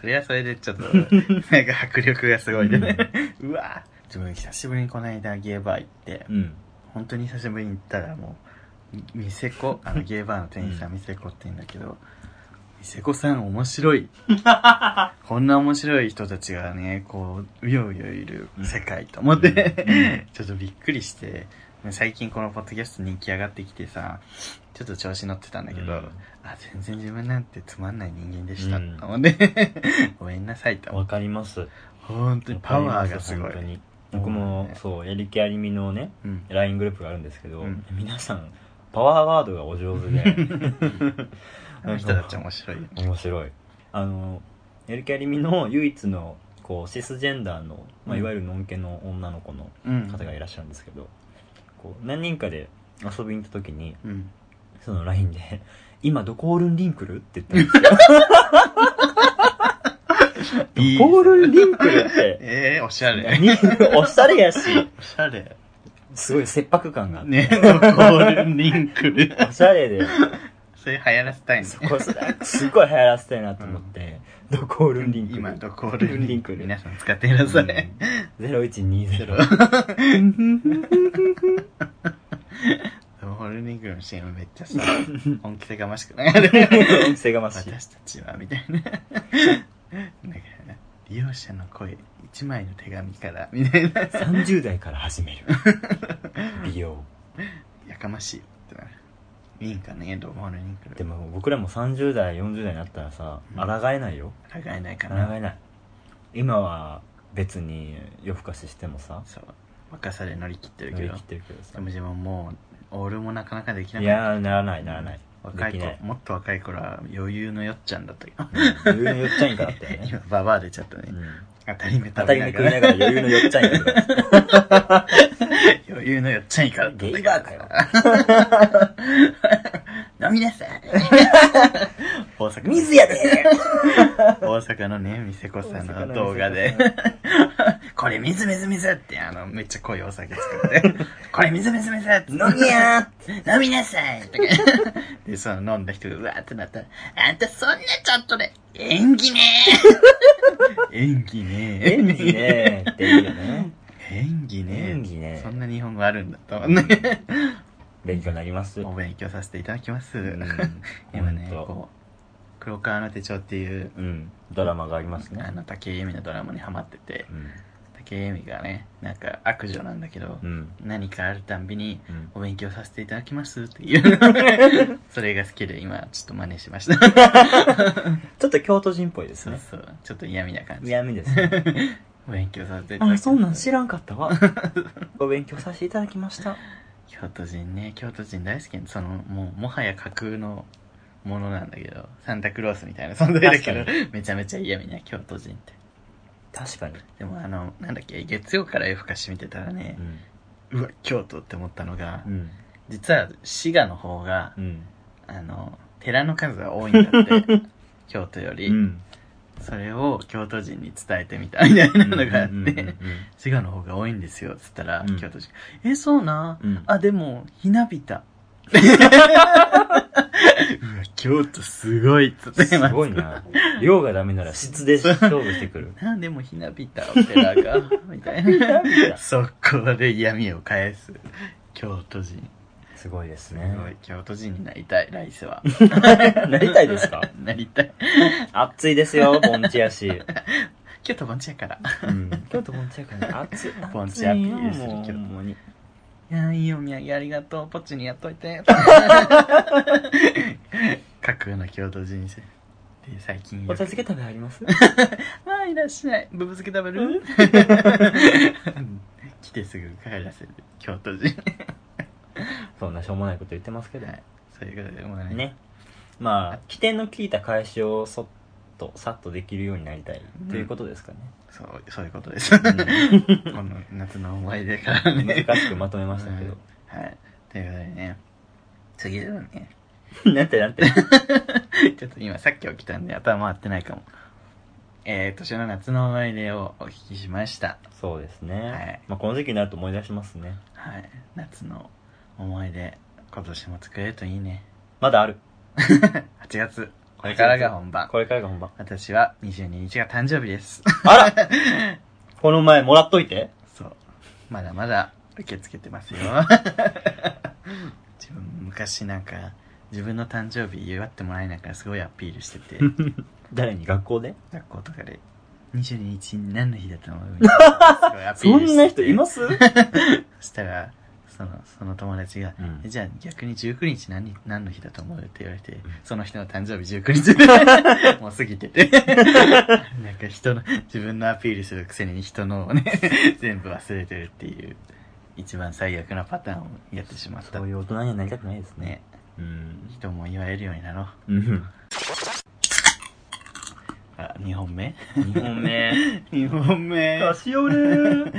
それはそれでちょっと、なんか迫力がすごい <laughs> でね。うわぁ自分久しぶりにこの間ゲーバー行って、うん本当に久しぶりに行ったらもう、みミセ <laughs> コ、あのゲーバーの店員さうんミセコって言うんだけど、ミセコさん面白 <laughs> い。こんな面白い人たちがね、こう、うようよいる世界と思って、うんうんちょっとびっくりして、最近このポッドキャスト人気上がってきてさ、ちょっと調子乗ってたん <laughs> だけど、うんあ、全然自分なんてつまんない人間でした。うんと思って、 <laughs> ごめんなさいと思わって。かります本当にパワーがすごい本当。に僕もそうやりきありみのねうん LINE グループがあるんですけど、うん皆さんパワーワードがお上手で <laughs> あの人たち面白いよね。面白いあのやりきありみの唯一のこうシスジェンダーの、まあ、うんいわゆるのんけの女の子のうん。方がいらっしゃるんですけど、こう何人かで遊びに行った時にうん。その LINE で <laughs> 「今どこおるんりんくる?」って言ったんですよ <laughs> いいどこおるんりんくるってええー、おしゃれ。何おしゃれやしおしゃれ。すごい切迫感があって、ね、ドコールリンクル。おしゃれでそれ流行らせたいねそ。こすすごい流行らせたいなと思って、ドコールンリンクル今、ドコールリンクルル。ンリン皆さん使ってください。クル0120ドコールリンクルの CM めっちゃさ、本気でがましくないあれ音声がましい <laughs> 私たちはみたいなだから利用者の声一枚の手紙からみたいな30代から始める美容やかましいよってなるいいんかねどうも俺に来でるも僕らも30代40代になったらさうん抗えないよ抗えないか抗なえない今は別に夜更かししてもさそう若さで乗り切ってる乗けりど切ってるけどでさも自分もうオールもなかなかできないかったやーならないならない若いでき子ないもっと若い頃は余裕のよっちゃんだったよ余裕のよっちゃんいからってね <laughs> 今ババア出ちゃったね、うん当たり目 <laughs> 当食たべりな目食がらいながら余裕のよっちゃんいから余裕のよっちゃんいからゲイバーかよ <laughs> 飲みな <laughs> さい大阪の水やで大阪のね店子さんの動画で「これ水水水」ってあのめっちゃ濃いお酒作 <laughs> って「これ水水水」って飲みやー飲みなさい」とか <laughs> でその飲んだ人がうわーってなったら「あんたそんなちょっとで演技ねー」演技ねー演技ねーっていうよね演技ねー演技ねそんな日本語あるんだと思って勉強になりますお勉強させていただきます、うん今ねほんとこう「黒川の手帳」っていううんドラマがありますあねの竹井絵美のドラマにハマっててうん竹井絵美がねなんか悪女なんだけど、うん何かあるたんびにうん「お勉強させていただきます」っていうそれが好きで今ちょっと真似しましたちょっと京都人っぽいですそうねそうちょっと嫌味な感じ嫌味ですねお勉強させていただきま <laughs> あすそんなん知らんかった <laughs> わお勉強させていただきました京都人ね京都人大好きそのもうもはや架空のものなんだけど、サンタクロースみたいな存在だけど確か、めちゃめちゃ嫌みな京都人って。確かに、でもあの、なんだっけ、月曜から夜更かし見てたらねう、んうわ、京都って思ったのが、うん実は滋賀の方が、うんあの、寺の数が多いんだ <laughs> って、京都より、うんそれを京都人に伝えてみたみたいなのがあっうんうんうんて、滋賀の方が多いんですよ、つったら、うん京都人、え、そうな、うんあ、でも、ひなび <laughs> た。うわ、京都すごいっつってすごい。な量がダメなら質で勝負してく <laughs> るなんでもひなびたお寺が、みたいな。速攻で嫌味を返す。京都人。すごいですすねごい。京都人になりたい、来世は。なりたいですか <laughs> なりたい。暑いですよ盆地やし、京都盆地やから。うん、京都盆地やから暑い盆地アピールする暑いよけどもうほんまにいやいいお土産ありがとう。ポッチにやっとい <laughs> て。架空の京都人生。で、最近よおく茶漬け食べありますまあ、いらっしゃい。ぶぶ漬け食べる <laughs> 来てすぐ帰らせる。京都人。そんなしょうもないこと言ってますけどはいそういうことでもない。ねまあ起点の効いた返しをそっとさっとできるようになりたいということですかね、そう、そういうことです。この夏の思い出からね。難しくまとめましたけど、はい。ということでね。次だね。なんてなんてちょっと今さっき起きたんで頭回ってないかも。えー、年の夏の思い出をお聞きしました。そうですね、はいまあ、この時期になると思い出しますねはい。夏の思い出、今年も作れるといいね。まだある8月、これからが本番。これからが本番私は22日が誕生日です。あらこの前もらっといてそう。まだまだ受け付けてますよ。自分、昔なんか、自分の誕生日祝ってもらえないからすごいアピールしてて、 <laughs> 誰に学校で学校とかで、22日何の日だった <laughs> のみたいなすごいアピそールしててんな人いまそすしたら、その、その友達が、うんえじゃあ逆に19日何、何の日だと思うって言われて、んその人の誕生日19日 <laughs> で、もう過ぎてて。なんか人の、自分のアピールするくせに人のを <laughs> ね、全部忘れてるっていう、一番最悪なパターンをやってしまった。そういう大人にはなりたくないですねね、うん人も言われるようになろう。うんあ、2本目2 <laughs> 本目 ?2 本目しおる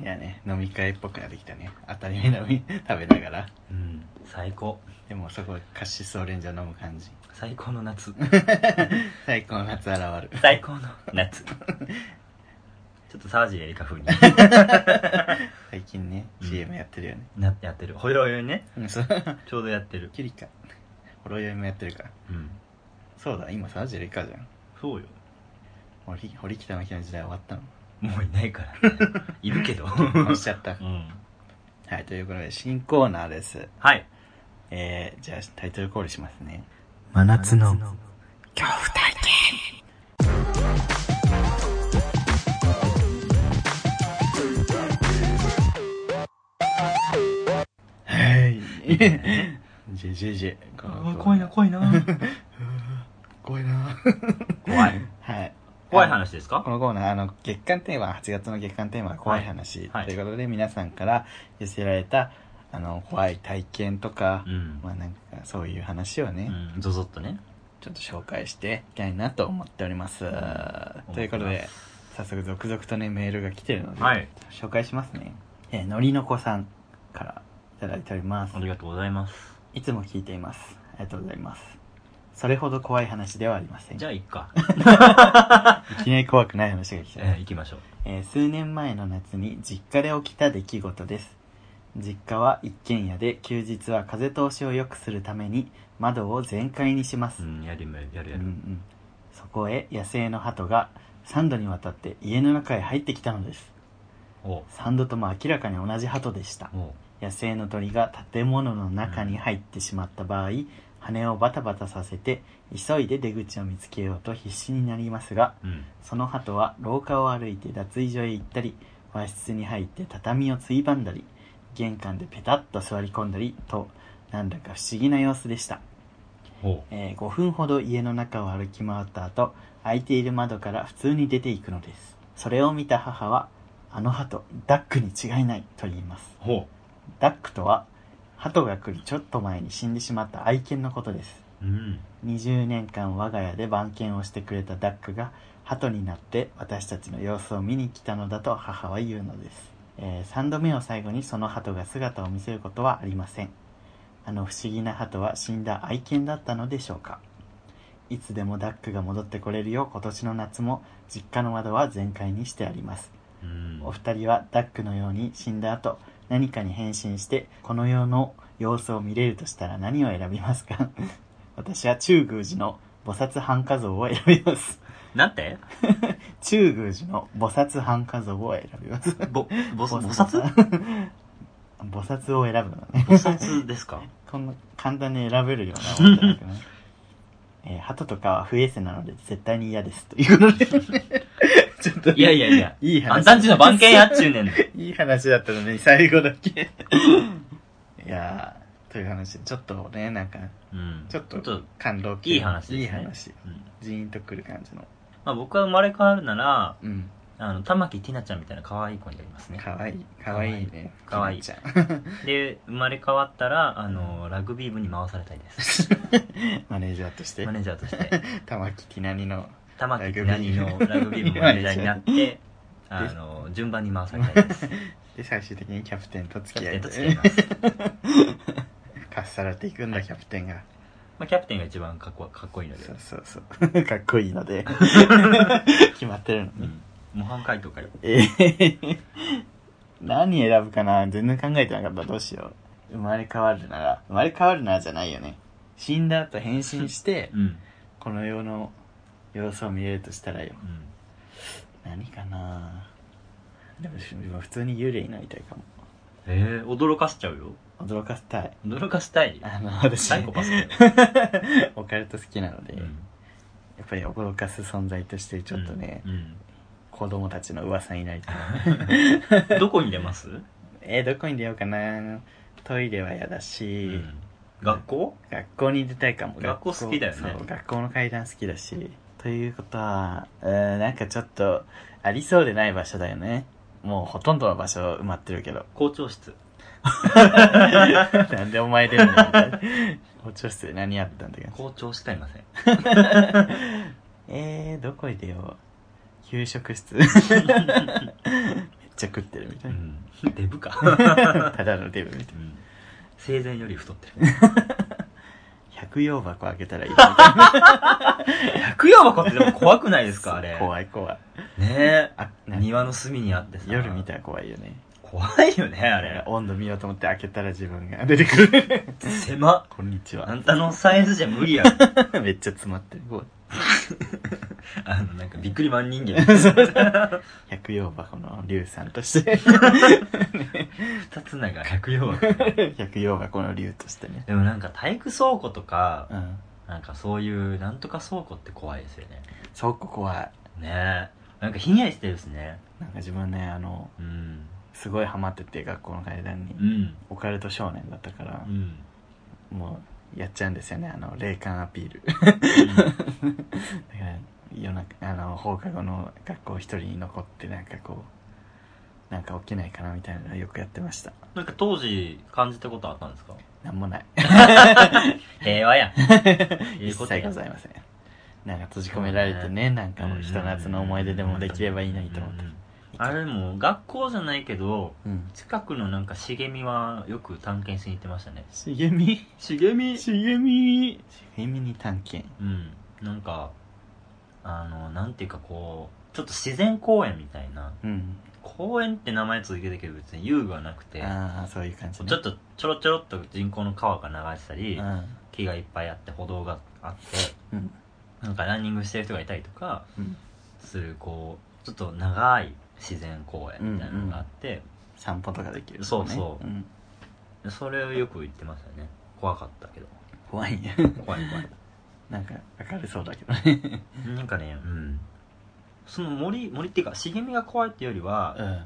いやね、飲み会っぽくなってきたね。当たり前のみ食べながら。うん最高でもそこ、カシスオレンジを飲む <laughs> 感じ。最高の夏最高の夏現る。 <laughs> 最高の夏ちょっと沢尻エリカ風 <laughs> に最近ね、うん CM やってるよね。なってやってるほろ酔いねうん、そう。ちょうどやってるキリカ。ほろ酔いもやってるから。うんそうだ、今サジリカじゃん。そうよ堀、堀北真希の時代終わったの。もういないから、ね、いるけどおっしちゃ <laughs> ったう。んはい、ということで、新コーナーです。はいえー、じゃあタイトルコールしますね。真夏の恐怖体験 <laughs> はい。ジェジェジェ。このコーナー <laughs> 怖いな。怖怖いないな。怖いはい。怖い話ですこかのコーナー、あの、月間テーマ、8月の月間テーマは怖い話。はいはいということで、皆さんから寄せられた、あの、怖い体験とかう、ん、まあなんか、そういう話をね、うん、ゾゾっとねちょっと紹介していきたいなと思っております。ということ思ってで、早速続々とね、メールが来てるので、はい紹介しますね。えーのりのこさんからいただいておりますあ。りがとうございますいつも聞いています。ありがとうございます。それほど怖い話ではありません。じゃあいっ <laughs> か、いきなり怖くない話が来た、えー、行きましょうえー数年前の夏に実家で起きた出来事です実家は一軒家で休日は風通しを良くするために窓を全開にします、うんやるやるやうんうるんそこへ野生の鳩が3度にわたって家の中へ入ってきたのですおう3度とも明らかに同じ鳩でしたおう野生の鳥が建物の中に入ってしまった場合、羽をバタバタさせて急いで出口を見つけようと必死になりますがうんその鳩は廊下を歩いて脱衣所へ行ったり和室に入って畳をついばんだり玄関でペタッと座り込んだりとなんだか不思議な様子でした、おうえー5分ほど家の中を歩き回った後開いている窓から普通に出ていくのですそれを見た母はあの鳩ダックに違いないと言いますおうダックとは鳩が来るちょっと前に死んでしまった愛犬のことですうん20年間我が家で番犬をしてくれたダックが鳩になって私たちの様子を見に来たのだと母は言うのです、え3度目を最後にその鳩が姿を見せることはありませんあの不思議な鳩は死んだ愛犬だったのでしょうかいつでもダックが戻ってこれるよう今年の夏も実家の窓は全開にしてありますうんお二人はダックのように死んだ後何かに変身してこの世の様子を見れるとしたら何を選びますか <laughs> 私は中宮寺の菩薩半化像を選びます <laughs> なんて中宮寺の菩薩半化像を選びますぼ <laughs> ぼ菩薩菩薩を選ぶのね菩薩ですかこんな簡単に選べるようなもんじゃな <laughs> くねえー鳩とかは不衛生なので絶対に嫌ですということで <laughs> ちょっといやいやいや <laughs> いい話あんたんちの番犬やっちゅうねんいい話だったのに、最後だけ。いやー、という話。ちょっとね、なんか、うんちょっとちょっと感動系いい話ですねいい話。うんジーンとくる感じの。まあ、僕は生まれ変わるならうん。あの玉木ティナちゃんみたいな可愛い子になりますねかわいい。かわいいね。かわいいひなちゃん。で生まれ変わったらあのラグビー部に回されたいです <laughs> マネージャーとしてマ、ネージャーとして玉木ティナニの、玉木ティナニのラグビー部マネージャーにな <laughs> ってあの順番に回されたいですで、最終的にキャプテンと付キャきプ合テいンと付き合います、かっさらっていくんだ、キャプテンが。まあ、キャプテンが一番かっこかっこいいのでそうそうそう。 <laughs> かっこいいの <laughs> で。決まってるのうね。ん模範解答かよえー <laughs> 何選ぶかな全然考えてなかった。どうしよう。生まれ変わるなら、生まれ変わるならじゃないよね。死んだ後変身してう、んこの世の様子を見れるとしたらよ。うん何かなでもでも普通に幽霊になりたいかも。えー、驚かしちゃうよ驚かせたい。驚かしたいあの、私、サイコパスだよ <laughs> オカルト好きなので、やっぱり驚かす存在としてちょっとね、うん子供たちの噂になりたい。 <laughs> <laughs> うんどこに出ます、えーどこに出ようかなトイレは嫌だし、うん学校学校に出たいかも学校好きだよねそう学校の階段好きだしということはうーんなんかちょっとありそうでない場所だよねもうほとんどの場所埋まってるけど <laughs> 校長室なんでお前出るんだみたいな校長室で何やったんだけど <laughs> 校長しかいませんえー、どこへ出よう給食室 <laughs> めっちゃ食ってるみたいな、デ <laughs> ブか、 <laughs> ただのデブみたいな生前より太ってる百葉箱開け <laughs> たらいいみたいな百葉箱ってでも怖くないですかあれ <laughs> 怖い怖いねあえ庭の隅にあってさ夜見たら怖いよね怖いよねあれ温度見ようと思って開けたら自分が出てく <laughs> る狭っこんにちあはんたのサイズじゃ無理 <laughs> やろめっちゃ詰まってるこうあのなんかびっくりマ <laughs> ン人間百葉箱の龍さんとして <laughs> 二つなが百葉箱百葉箱の龍としてねでもなんか体育倉庫とかうんなんかそういうなんとか倉庫って怖いですよね倉庫怖いねえなんかひんやりしてるですねなんか自分ねあのうんすごいハマってて学校の階段にうんオカルト少年だったから <laughs> う、んもうやっちゃうんですよねあの霊感アピールだから夜中あの放課後の学校一人に残ってなんかこうなんか起きないかなみたいなのよくやってましたなんか当時感じたことあったんです <laughs> かなんもない <laughs> 平和やい一いこと切やございませんなんか閉じ込められてねなんかもうひと夏の思い出でもできればいいなと思ってうんあれでも学校じゃないけどうん近くのなんか茂みはよく探検しに行ってましたね茂み茂み茂み茂みに探検うんなんかあのなんていうかこうちょっと自然公園みたいなうん公園って名前続けてるけど別に遊具はなくてああそういう感じねちょっとちょろちょろっと人工の川が流れてたりうん木がいっぱいあって歩道があってうんなんかランニングしてる人がいたりとかうんするこうちょっと長い自然公園みたいなのがあって、散歩とかできるねそうそうんでそれをよく言ってましたね怖かったけど怖いね <laughs> 怖い怖いなんか明るそうだけどねなんかねうんその森森っていうか茂みが怖いっていうよりは、うん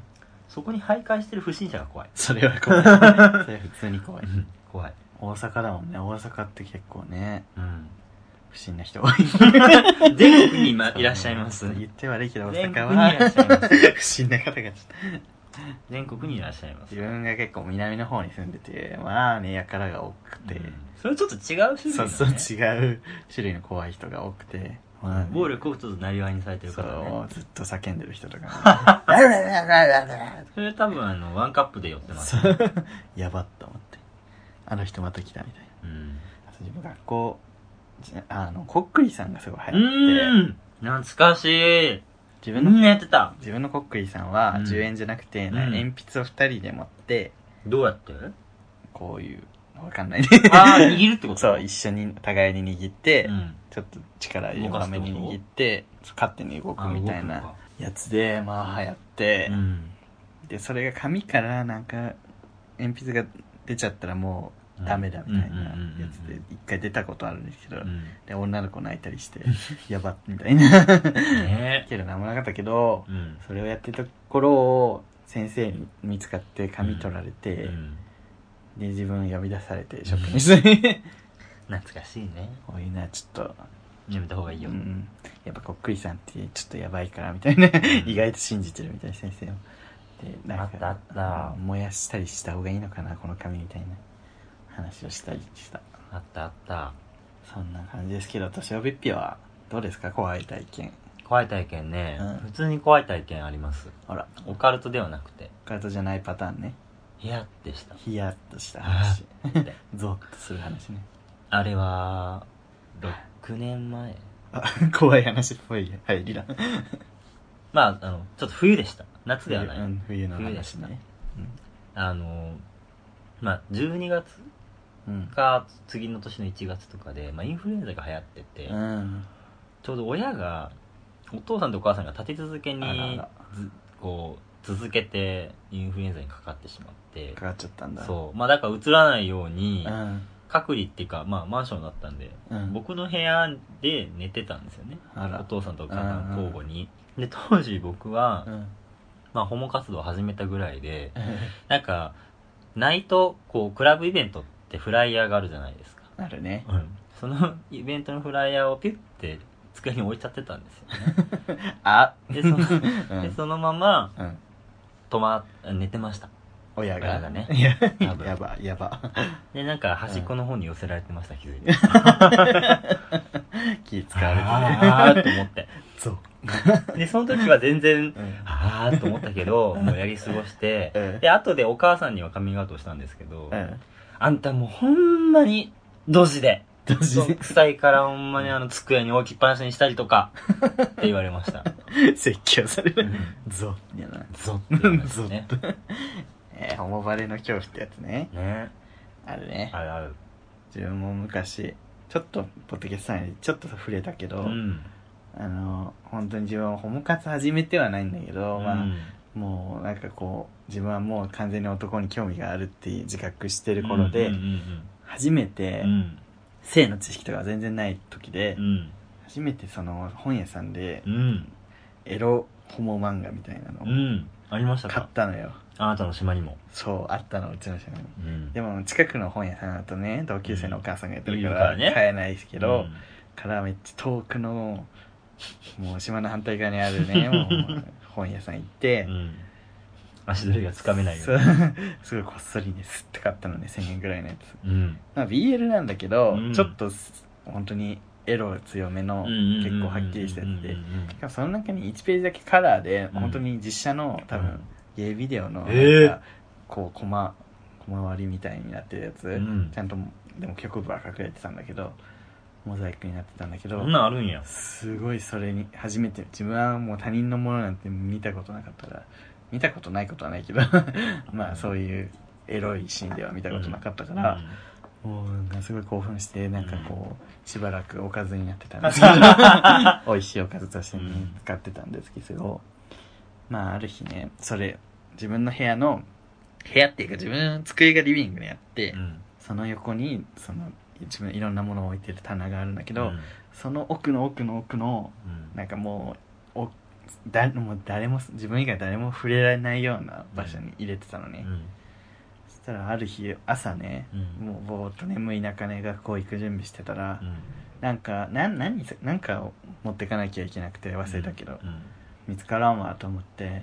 そこに徘徊してる不審者が怖いそれは <laughs> 怖いそれは普通に怖い怖い大阪だもんね大阪って結構ねうん不審な人多い全国に今いらっしゃいます <laughs> 言って悪いけど大全阪国にいらは <laughs> っしゃいます不審な方がちょっと全国にいらっしゃいます自分が結構南の方に住んでてまあねやからが多くて、うんそれちょっと違う種類の、ね、そうそう違う種類の怖い人が多くて、まあね暴力をちょっとなりわいにされてるそからねうずっと叫んでる人 <laughs> とかね <laughs> ララララララそれ多分あのワンカップで寄ってます、そうやばっと思ってあの人また来たみたいなうんあと自分学校じあのこっくりさんがすごいう流行ってん懐かしい自み分の、んなやってた自分のこっくりさんはうん10円じゃなくて、うん鉛筆を2人で持ってどうや <laughs> ってこういうわかん <laughs> ないねああ握るってことそう一緒に互いに握って、うんちょっと力弱めに握って勝手に動くあみたい動くのなかやつでまあ流行ってう、んでそれが紙からなんか鉛筆が出ちゃったらもうダメだみたいなやつで一回出たことあるんですけど、うんで女の子泣いたり <laughs> してやばっみたいな <laughs> ねえけど何もなかったけどうんそれをやってた頃を先生に見つかって紙取られて、うんで自分呼び出されてショックに <laughs> して懐かしいねこういうのはちょっとやめた方がいいようん、やっぱこっくりさんってちょっとやばいからみたいな <laughs> 意外と信じてるみたいな先生をでなんかあったあったうん燃やしたりした方がいいのかなこの紙みたいな話をしたりしたあったあったそんな感じですけど年をべっぴはどうですか怖い体験怖い体験ねうん普通に怖い体験ありますほらオカルトではなくてオカルトじゃないパターンねヒヤッてしたヒヤッとした話って <laughs> ゾッとする話ねあれは6年前あ <laughs> 怖い話っぽい入りだまああのちょっと冬でした夏ではない、うん冬の冬でし話たねあのまあ12月うんか次の年の1月とかで、まあ、インフルエンザが流行ってて、うんちょうど親がお父さんとお母さんが立て続けにあらあらずこう続けてインフルエンザにかかってしまってかかっちゃったんだそうまあだからうつらないようにん隔離っていうか、まあ、マンションだったんで、うん僕の部屋で寝てたんですよねあらお父さんとお母さん交互にで当時僕は、うんまあ、ホモ活動を始めたぐらいでなんかナイトこうクラブイベントってフライヤーがあるじゃないですかあるねうん、そのイベントのフライヤーをピュッて机に置いちゃってたんですよねあでそのうんでそのままうん止ま寝てました親が親がねいや多分やばやば <laughs> でなんか端っこの方に寄せられてました気づいて気使わあーっと思ってれてる <laughs> そうでその時は全然うんあーっと思ったけどもうやり過ごしてうんで後でお母さんにはカミングアウトしたんですけど、うんあんたもうほんまにドジでドジで臭いからほんまにあの机に置きっぱなしにしたりとかって言われました説教されうるん <laughs> ゾいやなゾッて言われましたねゾえー、ホモバレの恐怖ってやつねねあるねあるある自分も昔ちょっとポッドキャストさんにちょっと触れたけど、うんあの本当に自分はホモ活始めてはないんだけど、うまんあもうなんかこう自分はもう完全に男に興味があるっていう自覚してる頃で、うんうん初めうて、ん性の知識とか全然ない時で、うん初めてその本屋さんでうんエロホモ漫画みたいなのうをんありました買っかたのよあなたの島にもそうあったのうちの社にうんでも近くの本屋さんだとね同級生のお母さんがやってるかいるかららね買えないですけど、うんからめっちゃ遠くのもう島の反対側にある <laughs> ねもう本屋さん行って、うん足取りがつかめないよそう <laughs> うすごいこっそりねスッて買ったのね1000円ぐらいのやつ、にうんまあ、BL なんだけど、うんちょっとす本当にエロ強めの結構はっきりしたやつでうんうんうんしかもその中に1ページだけカラーで、うん本当に実写の多分、ゲイビデオのなんか、ええこうコマコマ割りみたいになってるやつ、うんちゃんとでも局部は隠れてたんだけどモザイクになってたんだけどそんなんあるんやすごいそれに初めて自分はもう他人のものなんて見たことなかったから見たことないことはないけど <laughs> まあそういうエロいシーンでは見たことなかったから、もうなんかすごい興奮してなんかこうしばらくおかずになってたんですけど <laughs> 美味しいおかずとしてねうん使ってたんですけど、まあある日ねそれ自分の部屋の部屋っていうか自分の机がリビングにあって、うんその横にその自分いろんなものを置いてる棚があるんだけど、うんその奥の奥の奥のうんなんかもうおだもう誰も自分以外誰も触れられないような場所に入れてたのね、うんそしたらある日朝ね、うんもうぼーっと眠い中ね学校行く準備してたら、うんなんかな何せなんかを持ってかなきゃいけなくて忘れたけど、うん見つからんわと思って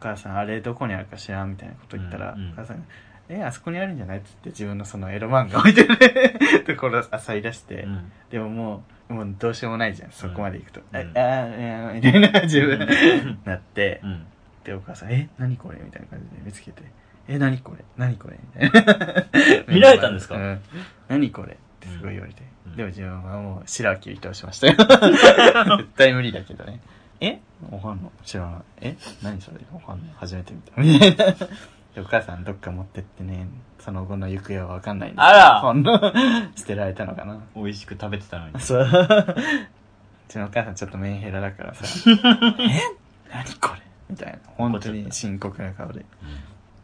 母さんあれどこにあるか知らんみたいなこと言ったら、うんうん母さんが「えあそこにあるんじゃない?」っつって自分のそのエロ漫画置いてる <laughs> ところを漁り出して、うんでももうもうどうしようもないじゃんそこまで行くと「うんああーあーみたいな自分うんなって、うんでお母さん「え何これ?」みたいな感じで見つけて「え何これ何これ?」みたいな <laughs> 見られたんですかうん何これ?」ってすごい言われて、うんでも自分はもう白を切り通しましたよ <laughs> 絶対無理だけどねえわかんない知らないえ何それわかんない初めて見たみた <laughs> いなでお母さんどっか持ってってねその後の行方はわかんないんですあらほんの捨てられたのかな美味しく食べてたのにそう。うちのお母さんちょっとメンヘラだ <laughs> からさ。え何これみたいな。本当に深刻な顔で。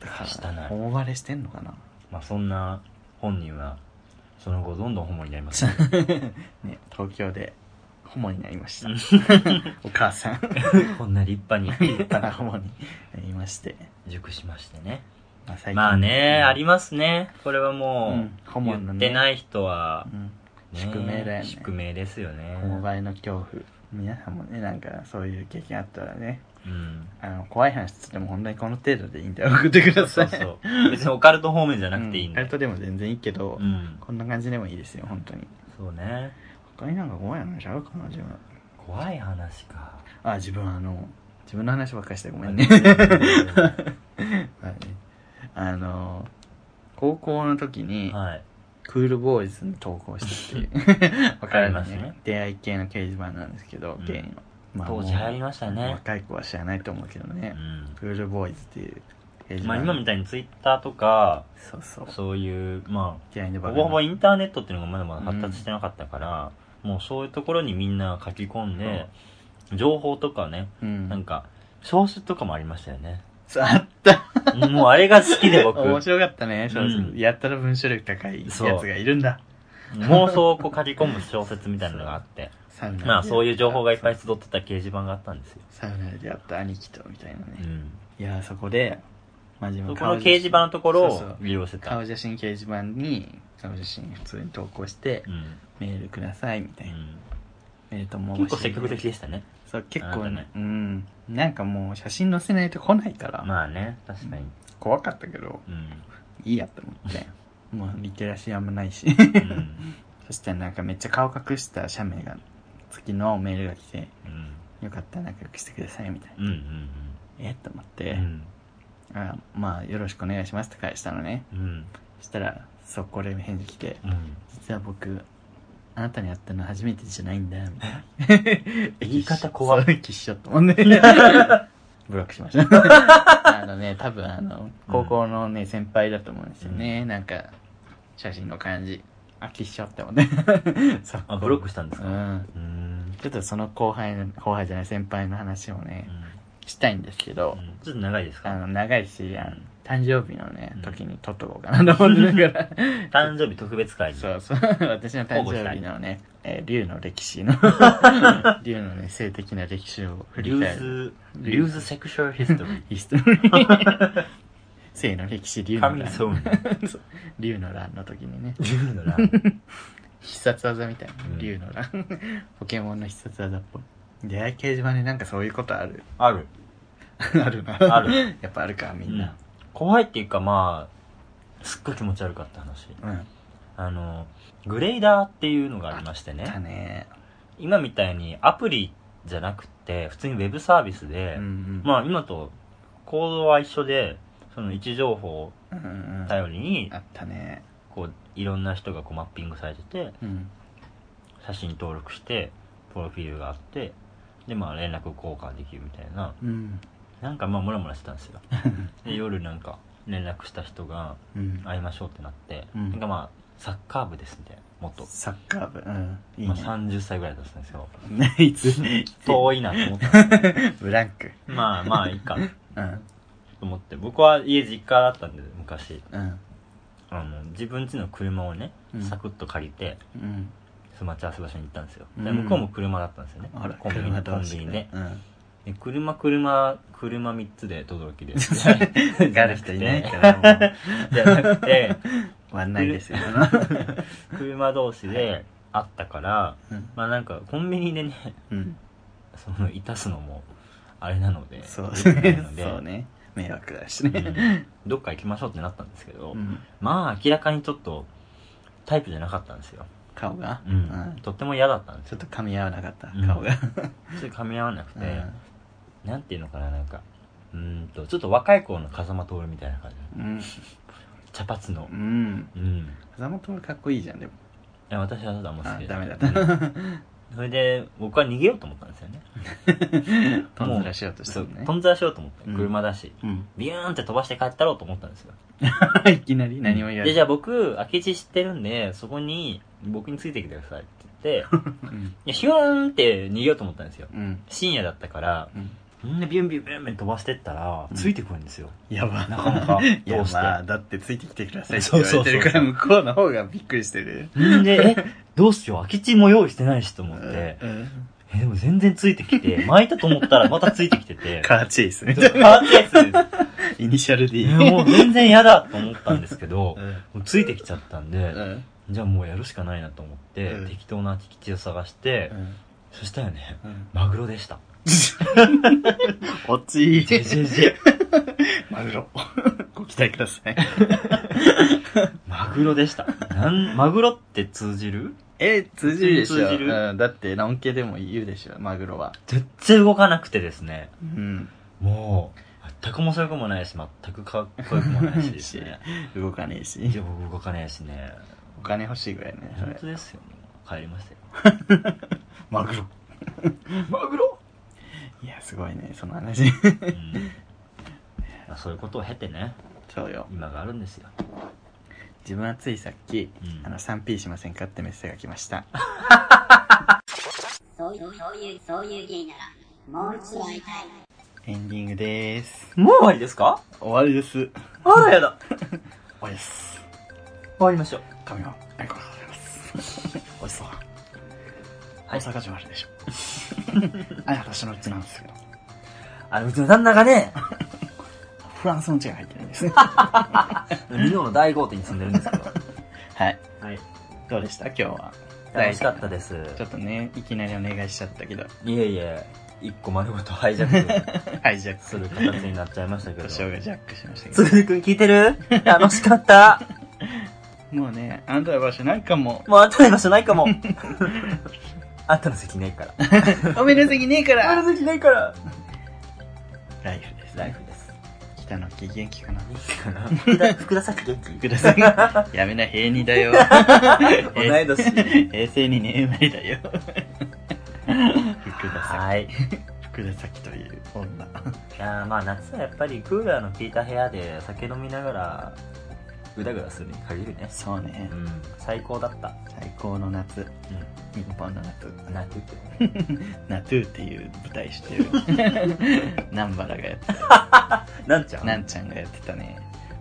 だかしたら、な大バレしてんのかなまあそんな本人はその後どんどんホモになりますねね、東京で、ホモになりました。お母さん。こんな立派に立派なホモになりまして。熟しましてねまあ、最まあね、ありまますねこれはもうんう、ホモのね言ってない人は、うん。ね宿命だよね宿命ですよねホモバレの恐怖。皆さんもね、なんかそういう経験あったらね、うんあの、怖い話つっても本当にこの程度でいいんで送ってくだそさうい。そう別にオカルト方面じゃなくていいんうだあれとでも全然いいけど、うんこんな感じでもいいですよ、本当に。そうね他になんか怖い話あるかな、自分。怖い話かあ、自分あの、自分の話ばっかりしてごめん <laughs> ね。はい。あの、高校の時に、はいクールボーイズに投稿してっていう。 <laughs> わかあるりまますすねね。出会い系の掲示板なんですけど、うん芸人の。ま当時流行りましたもうね若い子は知らないと思うけどうね。んクールボーイズっていう掲示板。まあ今みたいにツイッターとかそうそう。そういうまあ出会いの場ほがぼほぼインターネットっていうのがまだまだ発達してなかったから、もうそういうところにみんな書き込んで、情報とかね、うん。なんか、小説とかもありましたよね。そうあった。もうあれが好きで僕、面妄白かったね、正直。うんやったら文章力高いやつがいるんだ。想をこう書き込む小説みたいなのがあって、サウナでまあそういう情報がいっぱい集ってた掲示板があったんですよ。サウナで出会った兄貴とみたいなうね、ん。いやーそこで、まあ、自そ分この掲示板のところそうをそう利用してた。顔写真掲示板に顔写真普通に投稿して、うんメールくださいみたういな、んメールとも結構積極的でしたね。そう結構あなたねねうんなんかもう写真載せないと来ないから、まあね、確かに。怖かったけどうん。いいやと思ってもうリテラシーあんまない <laughs> しうん。そしたらなんかめっちゃ顔隠した写メが月のメールが来てうん。よかったら仲良くしてくださいみたいな、うん。うんえっと思っうて、ん。あまあよろしくお願いしますって返したのねうん。そしたらそこで返事来てうん。 「実は僕あなたに会ったの初めてじゃないんだ」みたいな <laughs> 言い方怖いいキッショットもんねブロックしました <laughs> あのね多分あの高校のね先輩だと思うんですよね、なんか写真の感じあキッショってもんね <laughs> そうあ、ブロックしたんですうかんうーん。ちょっとその後輩の後輩じゃない先輩の話をねしたいんですけど、うんちょっと長いですあかの、長いし、あの誕生日のねう、ん時に撮っとこうかなと思ってるから。誕生日特別会に。そうそう。 <laughs> 私の誕生日のね、えー竜の歴 <laughs> 史の、竜のね、性的な歴史を振リュり返る。ーズ、リューズセクシュアルヒストリー。ヒストリー。 <laughs> 性の歴史、竜の神乱。そう。そう竜の乱の時にね、リューズの乱。必殺技みたいなう。ん竜の乱。 <laughs> ポケモンの必殺技っぽい。出会い掲示板でなんかそういうことあるある。 <laughs> あるな。ある。やっぱあるか、みみんんなな。。怖いっていうかまあ、すっごい気持ち悪かった話。うん。あの、グレーダーっていうのがありましてだね。ね。今みたいにアプリじゃなくて、普通にウェブサービスで、んまあ今と構造は一緒で、その位置情報をうんうん頼りに、あったね。こう、いろんな人がこうマッピングされてて、うん。写真登録してプロフィールがあってでまあ連絡交換できるみたいなうん。なんかまあムラムラしてたんですよで夜なんか連絡した人がうん会いましょうってなって、うんなんかまあサッカー部ですみたいな元サッカー部。うん。いいまあ、ね。 30歳ぐらいだったんですけどね、いつ、遠いなと思ったん <laughs> ですけブランク。どまあまあいいかうん。と思って僕は家実家だったんで昔うん。あの自分家の車をねうんサクッと借りて、うん。その待ち合わせ場所に行ったんですよ、うでん向こうも車だったんですよねあら、コンビニ車コン同ビ士ニでうん。え車車車3つで届きです <laughs> ガル人いないから、もう <laughs> じゃなくて終わんないですよ。車同士で会ったからうんまあなんかコンビニでねうん。そのいたすのもあれなのでそうできないねのでそうね迷惑だしね、うんどっか行きましょうってなったんですけど、うんまあ明らかにちょっとタイプじゃなかったんですよ、顔が、うんとっても嫌だったんですちょよっと噛み合わなかった、うん顔が、ちょっと噛み合わなくて、うなんていうのかななんかうーんとちょっと若い頃の風間徹みたいな感じん茶髪のうんうん風間徹かっこいいじゃんでもいや私はただもう好あきダメだっうんたそれで僕は逃げようと思ったんですよねとんずらしようとしたそのうねとんざらしようと思ってうん車だし、うんビューンって飛ばして帰ったろうと思ったんですよいきなり何も言わでれじてゃあ僕明智知ってるんでそこに僕についてきてください <laughs> って言ってうんいやヒューンって逃げようと思ったんですようん深夜だったからうんみんなビュンビュンビュンビュン飛ばしてったら、うんついてこいんですよやばなかなかいどやうしてまあだってついてきてくださいって言われてるからそう向こうの方がびっくりしてるんで、え、どうしよう、空き地も用意してないしと思って、うんえ、でも全然ついてきて、巻いたと思ったらまたついてきて <laughs> て、カーチェイスみちたょっいとな変わったやつでイニシャル D す。えもう全然嫌だと思ったんですけどう、んもうついてきちゃったんでう、んじゃあもうやるしかないなと思って、うん適当な空き地を探してう、んそしたらね、うんマグロでした。落ちジェジェジェ。マグロご期待くださいマグロでした。なん、マグロって通じるえ通じるでしょ通じるうんだってロン系でも言うでしょマグロは全然動かなくてですね、うんもう、全く面白くもないし、全くかっこよくもないしです <laughs> ね。動かねえしいや、僕動かないしね。お金欲しいぐらいねそ本れ当ですよ、ね。帰りましたよ。マグロマグロ、いやすごいねその話うんまあ、そういうことを経てね、そうよ今があるんですよ。自分はついさっき、うんあの 3P しませんかってメッセージが来ましたそういう、そういう、そういう芸なら、もう一度会いたい。エンディングでーすもう終わりですか終わりです終あらやだ。わりです終わりましょう。神はありがとうございますおいしそうは大い。阪城あるで <laughs> しょあれ私のうちなんですけどあの、うちの旦那がね、フランスのうちが入ってるんですねミノの大豪邸に住んでるんですけど。はい <laughs> はい。どうでした今日は楽しかったです。ちょっとねいきなりお願いしちゃった <laughs> けどいえいえ、一個丸ごとハイジャックハイジャックする形になっちゃいましたけ <laughs> ど。としょうがジャックしましたけつどぐるくん聞いて <laughs> る楽しかった。もうねあんたの場所なんかももうあんたの場所ない <laughs> かも。あんたの席ないから。 <laughs> う <laughs> おめの席ねえかあらの席ないから。ライフですライフです。北の木元気かな福田、福田さん元気く <laughs> ださいやめな平に <laughs> だよ同い年。平成にね生まれだ <laughs> よ福田さ <laughs> はい。いき福田さきという女やーまあ夏はやっぱりクーラーの効いた部屋で酒飲みながら、ぐだぐだするに限るね。そうねうん。最高だった。最高の夏う日本の夏ん。夏ってね。ナトゥーっていう舞台してる <laughs> 南原がやってなんちゃんなんちゃんがやってたね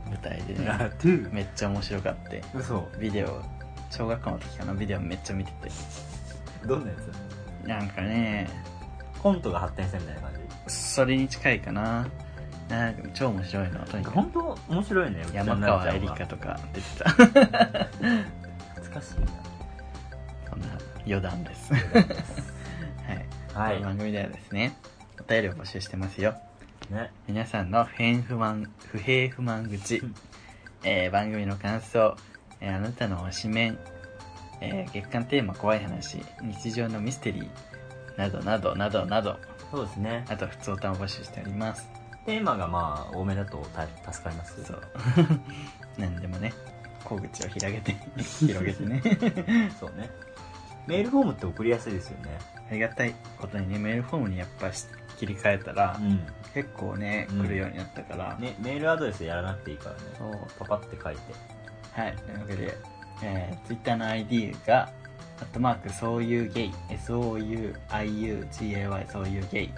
舞台 <laughs> でねナトゥ。めっちゃ面白かって嘘。ビデオ小学校の時かなビデオめっちゃ見ててどんなやなんかねつコントが発展したみたいな感じ。それに近いかななんか超面白いのとにか本く当面白いね。うちの山なんちゃんは川エリカとか出てた <laughs> 懐かしそんな余談です。 <laughs> はい。いな。はこのい。番組ではですね、お便りを募集してますよ。ね。皆さんの不平不満、不平不満口うん、えー番組の感想、えーあなたの推しメン、えー月間テーマ怖い話、日常のミステリー、などなどなどなど、そうですね。あと普通歌を募集しております。テーマがまあ多めだとた助かりますそう。 <laughs> 何でもね、小口を広げて、広げてね。 <laughs> <laughs> そうねメールフォームって送りやすいですよねありがたいことにね、メールフォームにやっぱし切り替えたら、ん結構ね、うん来るようになったから、ねメールアドレスやらなくていいからねそうパパって書いてはいというわけで、えー、Twitter の ID が「アットマークそういうゲイ」「SOUIUGAY そういうゲイ」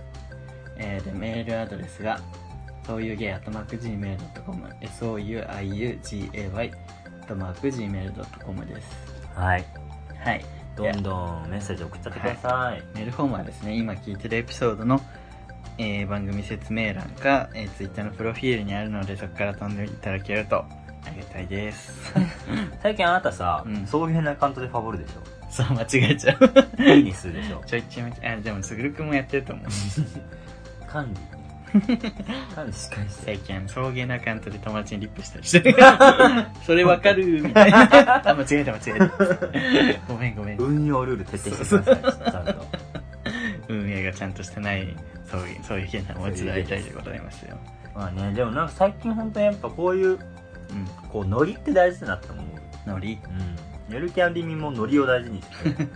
えーでメールアドレスがそういうゲイアットマーク Gmail.com SOUIUGAY アットマーク Gmail.com ですはいはいどんどんメッセージ送っちゃってください、メールフォームはですね今聞いてるエピソードの、えー番組説明欄か、えー、Twitter のプロフィールにあるのでそこから飛んでいただけるとありがたいです <laughs> 最近あなたさ、うんそういう変なアカウントでファボるでし <laughs> ょそう間違えちゃういいにするでしょちょいちょいあでもすぐるくんもやってると思う必管理 <laughs> 管理司会して最近、送迎のアカウントで友達にリップしたり <laughs> して。それわかるみたいな。あ、間違えた間違え <laughs> た。ごめんごめん。運用ルール徹底してくださいちゃん <laughs> と運営がちゃんとしてない、そういう、そういう件なもう一度会いたいでございますよ。まあねでもなんか最近本当にやっぱこういううん。こうノリって大事だなって思うノリうんやる気ありみもノリを大事にしてる、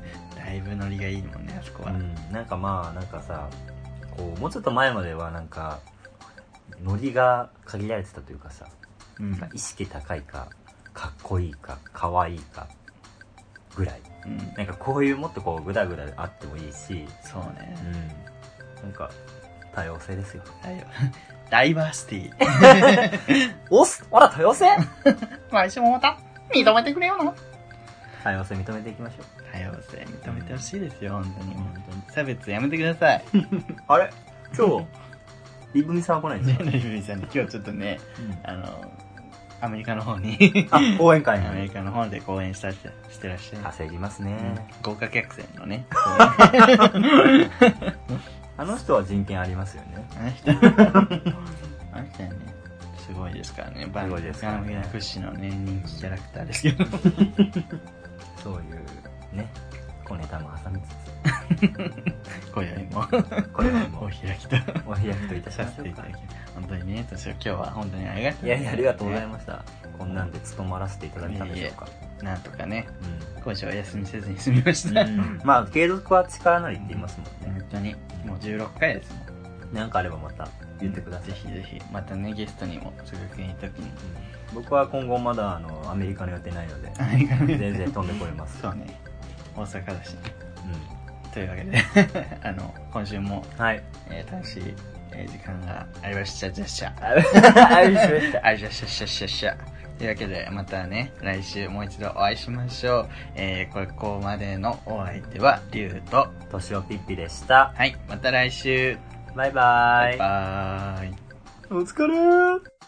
だいぶノリがいいもんね、あそこは。うんなんかまあなんかさこうもうちょっと前まではなんかノリが限られてたというかさうん。意識高いかかっこいいかかわいいかぐらいうんなんかこういうもっとこうグダグダあってもいいし、そうね。うん、なんか多様性ですよだいぶ <laughs> ダイバーシティ。おっすほら多様性来週もまた、認めてくれよな。 <laughs> 多様性認めていきましょう多様性認めてほしいですよ、本当に。本当に差別やめてくださ <laughs> い。あれ今日 <laughs> リブミさんは来ないんですねか、のりぶみさんね、今日ちょっとね、あの、アメリカの方に、 <laughs> あ応援ア会メリにカの方で講演したしてしてらっしゃいます。稼ぎますね、豪華客船の <laughs> ね、あの人は人権ありますよねあの人、あの人はね、すごいですからね、バンすドごいですからねアメリカ屈指のね、人気キャラクターです <laughs> けど。そういうね小ネタも挟みつ今宵も、つこれはおもう開きとお開きといたしさましせょてういたかだきます。本当にね、私は今日は本当にありがとういやいやありがとうございまましたこんなんで務まらせていただいたんでしょうかす。なんとかね、う今週はお休みせずに済みました。ん、うんまあ継続は力なりって言いますもんね本当に、もう16回ですもん。なんかあればまた言ってくださいぜひぜひまたねゲストにもすぐくんいた時にうん僕は今後まだあのアメリカの予定ないのでアメリカの予定全然飛んでこれますそうね大阪だしねうというわけで <laughs> あの今週も、んはいえー楽しい、えー時間がありましたじゃっしゃありがとうございま <laughs> した <laughs> あじゃっしゃっしゃっしゃっしゃというわけでまたね来週もう一度お会いしましょう、えー、ここまでのお相手はリュウととしおぴっぴでしたはいまた来週バイババイイバーイお疲れ